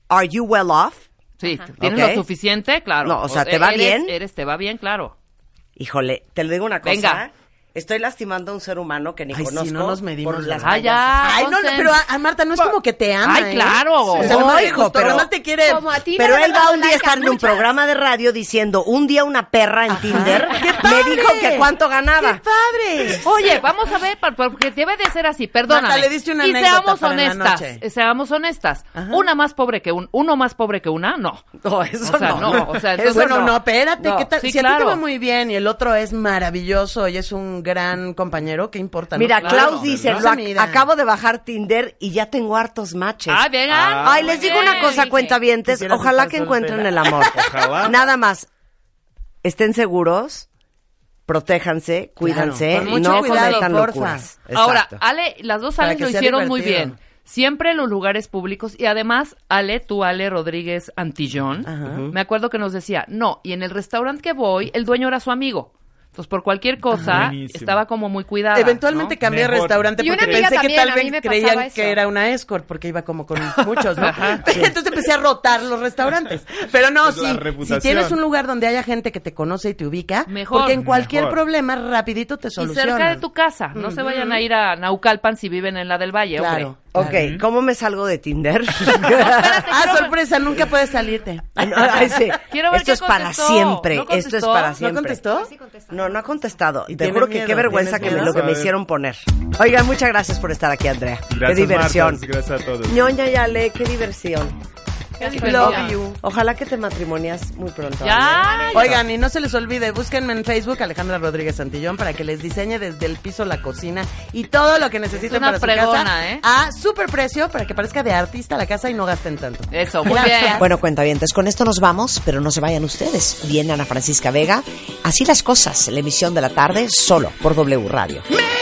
Speaker 2: are you well off?
Speaker 3: Sí, tienes
Speaker 2: Ok.
Speaker 3: lo suficiente, claro.
Speaker 2: No, o sea, ¿te va
Speaker 3: eres-
Speaker 2: bien?
Speaker 3: Eres, te va bien, claro.
Speaker 2: Híjole, te lo digo una cosa. ¿eh?
Speaker 3: Venga.
Speaker 2: Estoy lastimando a un ser humano que ni
Speaker 5: Ay, sí,
Speaker 2: conozco.
Speaker 5: no nos medimos,
Speaker 2: por las
Speaker 3: Ah, ya.
Speaker 5: Ay, no, no,
Speaker 3: Consent.
Speaker 5: pero a, a Marta no es como que te ama.
Speaker 3: Ay,
Speaker 5: ¿eh?
Speaker 3: claro.
Speaker 5: O sea, no,
Speaker 2: No, hijo,
Speaker 5: hijo, pero
Speaker 2: pero-
Speaker 5: además te quiere.
Speaker 6: Como a ti.
Speaker 2: Pero
Speaker 6: no
Speaker 2: él
Speaker 6: me
Speaker 2: va
Speaker 6: lo
Speaker 2: un día a
Speaker 6: blanca,
Speaker 2: estar en un
Speaker 6: muchas.
Speaker 2: programa de radio diciendo, un día una perra en Tinder me
Speaker 5: padre!
Speaker 2: dijo que cuánto ganaba.
Speaker 5: ¡Qué padre!
Speaker 3: Oye, vamos a ver, pa- porque debe de ser así, perdóname.
Speaker 5: Marta, le diste una
Speaker 3: y
Speaker 5: anécdota
Speaker 3: seamos
Speaker 5: para la
Speaker 3: honestas,
Speaker 5: noche.
Speaker 3: eh, seamos honestas. Una más pobre que un, uno más pobre que una, no.
Speaker 2: No, eso
Speaker 3: O sea,
Speaker 2: no.
Speaker 3: no, o sea,
Speaker 2: Eso
Speaker 3: entonces
Speaker 5: bueno,
Speaker 2: no.
Speaker 5: no, espérate,
Speaker 3: No,
Speaker 5: ¿qué tal?
Speaker 3: sí,
Speaker 5: si a ti te
Speaker 3: claro.
Speaker 5: va muy bien y el otro es maravilloso y es un gran compañero, ¿qué importa? no?
Speaker 2: Mira,
Speaker 3: Claro,
Speaker 2: Klaus dice,
Speaker 5: ¿verdad?
Speaker 2: lo ac-
Speaker 5: Se mira.
Speaker 2: acabo de bajar Tinder y ya tengo hartos matches.
Speaker 3: Ah, vengan.
Speaker 2: Ay, les digo una cosa, cuentavientes,
Speaker 5: Quisieras
Speaker 2: ojalá
Speaker 5: estar
Speaker 2: que encuentren
Speaker 5: soltera.
Speaker 2: el amor.
Speaker 4: Ojalá.
Speaker 2: Nada más, estén seguros, protéjanse, cuídense,
Speaker 5: con
Speaker 2: y
Speaker 5: mucho
Speaker 2: no
Speaker 5: cuidado,
Speaker 2: cometan
Speaker 5: porfa.
Speaker 2: locuras.
Speaker 3: Ahora,
Speaker 2: Exacto.
Speaker 3: Ale, las dos
Speaker 5: Para
Speaker 3: Ale
Speaker 5: que
Speaker 3: lo
Speaker 5: sea
Speaker 3: hicieron muy
Speaker 5: divertido.
Speaker 3: bien. Siempre en los lugares públicos y además Ale, tú Ale Rodríguez Antillón, me acuerdo que nos decía, no, y en el restaurante que voy, el dueño era su amigo. Entonces, por cualquier cosa,
Speaker 4: Buenísimo.
Speaker 3: estaba como muy cuidada.
Speaker 5: Eventualmente
Speaker 3: ¿no?
Speaker 5: cambié de
Speaker 4: Mejor.
Speaker 5: restaurante
Speaker 6: Y una
Speaker 5: porque
Speaker 6: amiga
Speaker 5: pensé que
Speaker 6: también,
Speaker 5: tal
Speaker 6: a mí
Speaker 5: vez
Speaker 6: me pasaba
Speaker 5: creían
Speaker 6: eso.
Speaker 5: que era una escort porque iba como con muchos, ¿no? Entonces empecé a rotar los restaurantes. Pero no,
Speaker 4: Es la
Speaker 5: sí, si
Speaker 4: reputación.
Speaker 5: tienes un lugar donde haya gente que te conoce y te ubica,
Speaker 3: Mejor.
Speaker 5: porque en cualquier
Speaker 4: Mejor.
Speaker 5: problema rapidito te
Speaker 3: Y
Speaker 5: solucionan.
Speaker 3: cerca de tu casa. No se vayan a ir a Naucalpan si viven en la del Valle, hombre.
Speaker 5: Claro.
Speaker 2: Ok, ¿cómo me salgo de Tinder?
Speaker 5: Ah, sorpresa, nunca puedes salirte.
Speaker 2: Ah, Ay, sí.
Speaker 3: Quiero ver
Speaker 2: Esto
Speaker 3: qué
Speaker 2: es para
Speaker 3: contestó.
Speaker 2: siempre.
Speaker 3: ¿No
Speaker 2: Esto es
Speaker 3: contestó?
Speaker 2: para
Speaker 3: ¿No
Speaker 5: ¿No
Speaker 2: siempre.
Speaker 5: contestó?
Speaker 2: No, no ha contestado. Te
Speaker 5: tiene
Speaker 2: juro que
Speaker 5: miedo,
Speaker 2: qué vergüenza que
Speaker 5: ¿tienes
Speaker 2: me,
Speaker 5: miedo?
Speaker 2: lo que me hicieron poner. Oigan, muchas gracias por estar aquí, Andrea.
Speaker 4: Gracias,
Speaker 2: qué diversión.
Speaker 4: Marta, gracias a todos.
Speaker 2: Ñoña y Ale, qué diversión.
Speaker 3: Love
Speaker 5: you.
Speaker 2: Ojalá que te matrimonias muy pronto.
Speaker 3: Ya.
Speaker 5: Oigan, y no se les olvide, búsquenme en Facebook Alejandra Rodríguez Santillón para que les diseñe desde el piso la cocina y todo lo que necesiten
Speaker 3: Es una
Speaker 5: para su
Speaker 3: fregona,
Speaker 5: casa
Speaker 3: ¿eh?
Speaker 5: a super precio para que parezca de artista la casa y no gasten tanto.
Speaker 3: Eso, muy
Speaker 5: Gracias.
Speaker 3: bien.
Speaker 8: Bueno, cuentavientes, con esto nos vamos, pero no se vayan ustedes. Viene Ana Francisca Vega. Así las cosas, la emisión de la tarde, solo por W Radio.
Speaker 5: ¡Me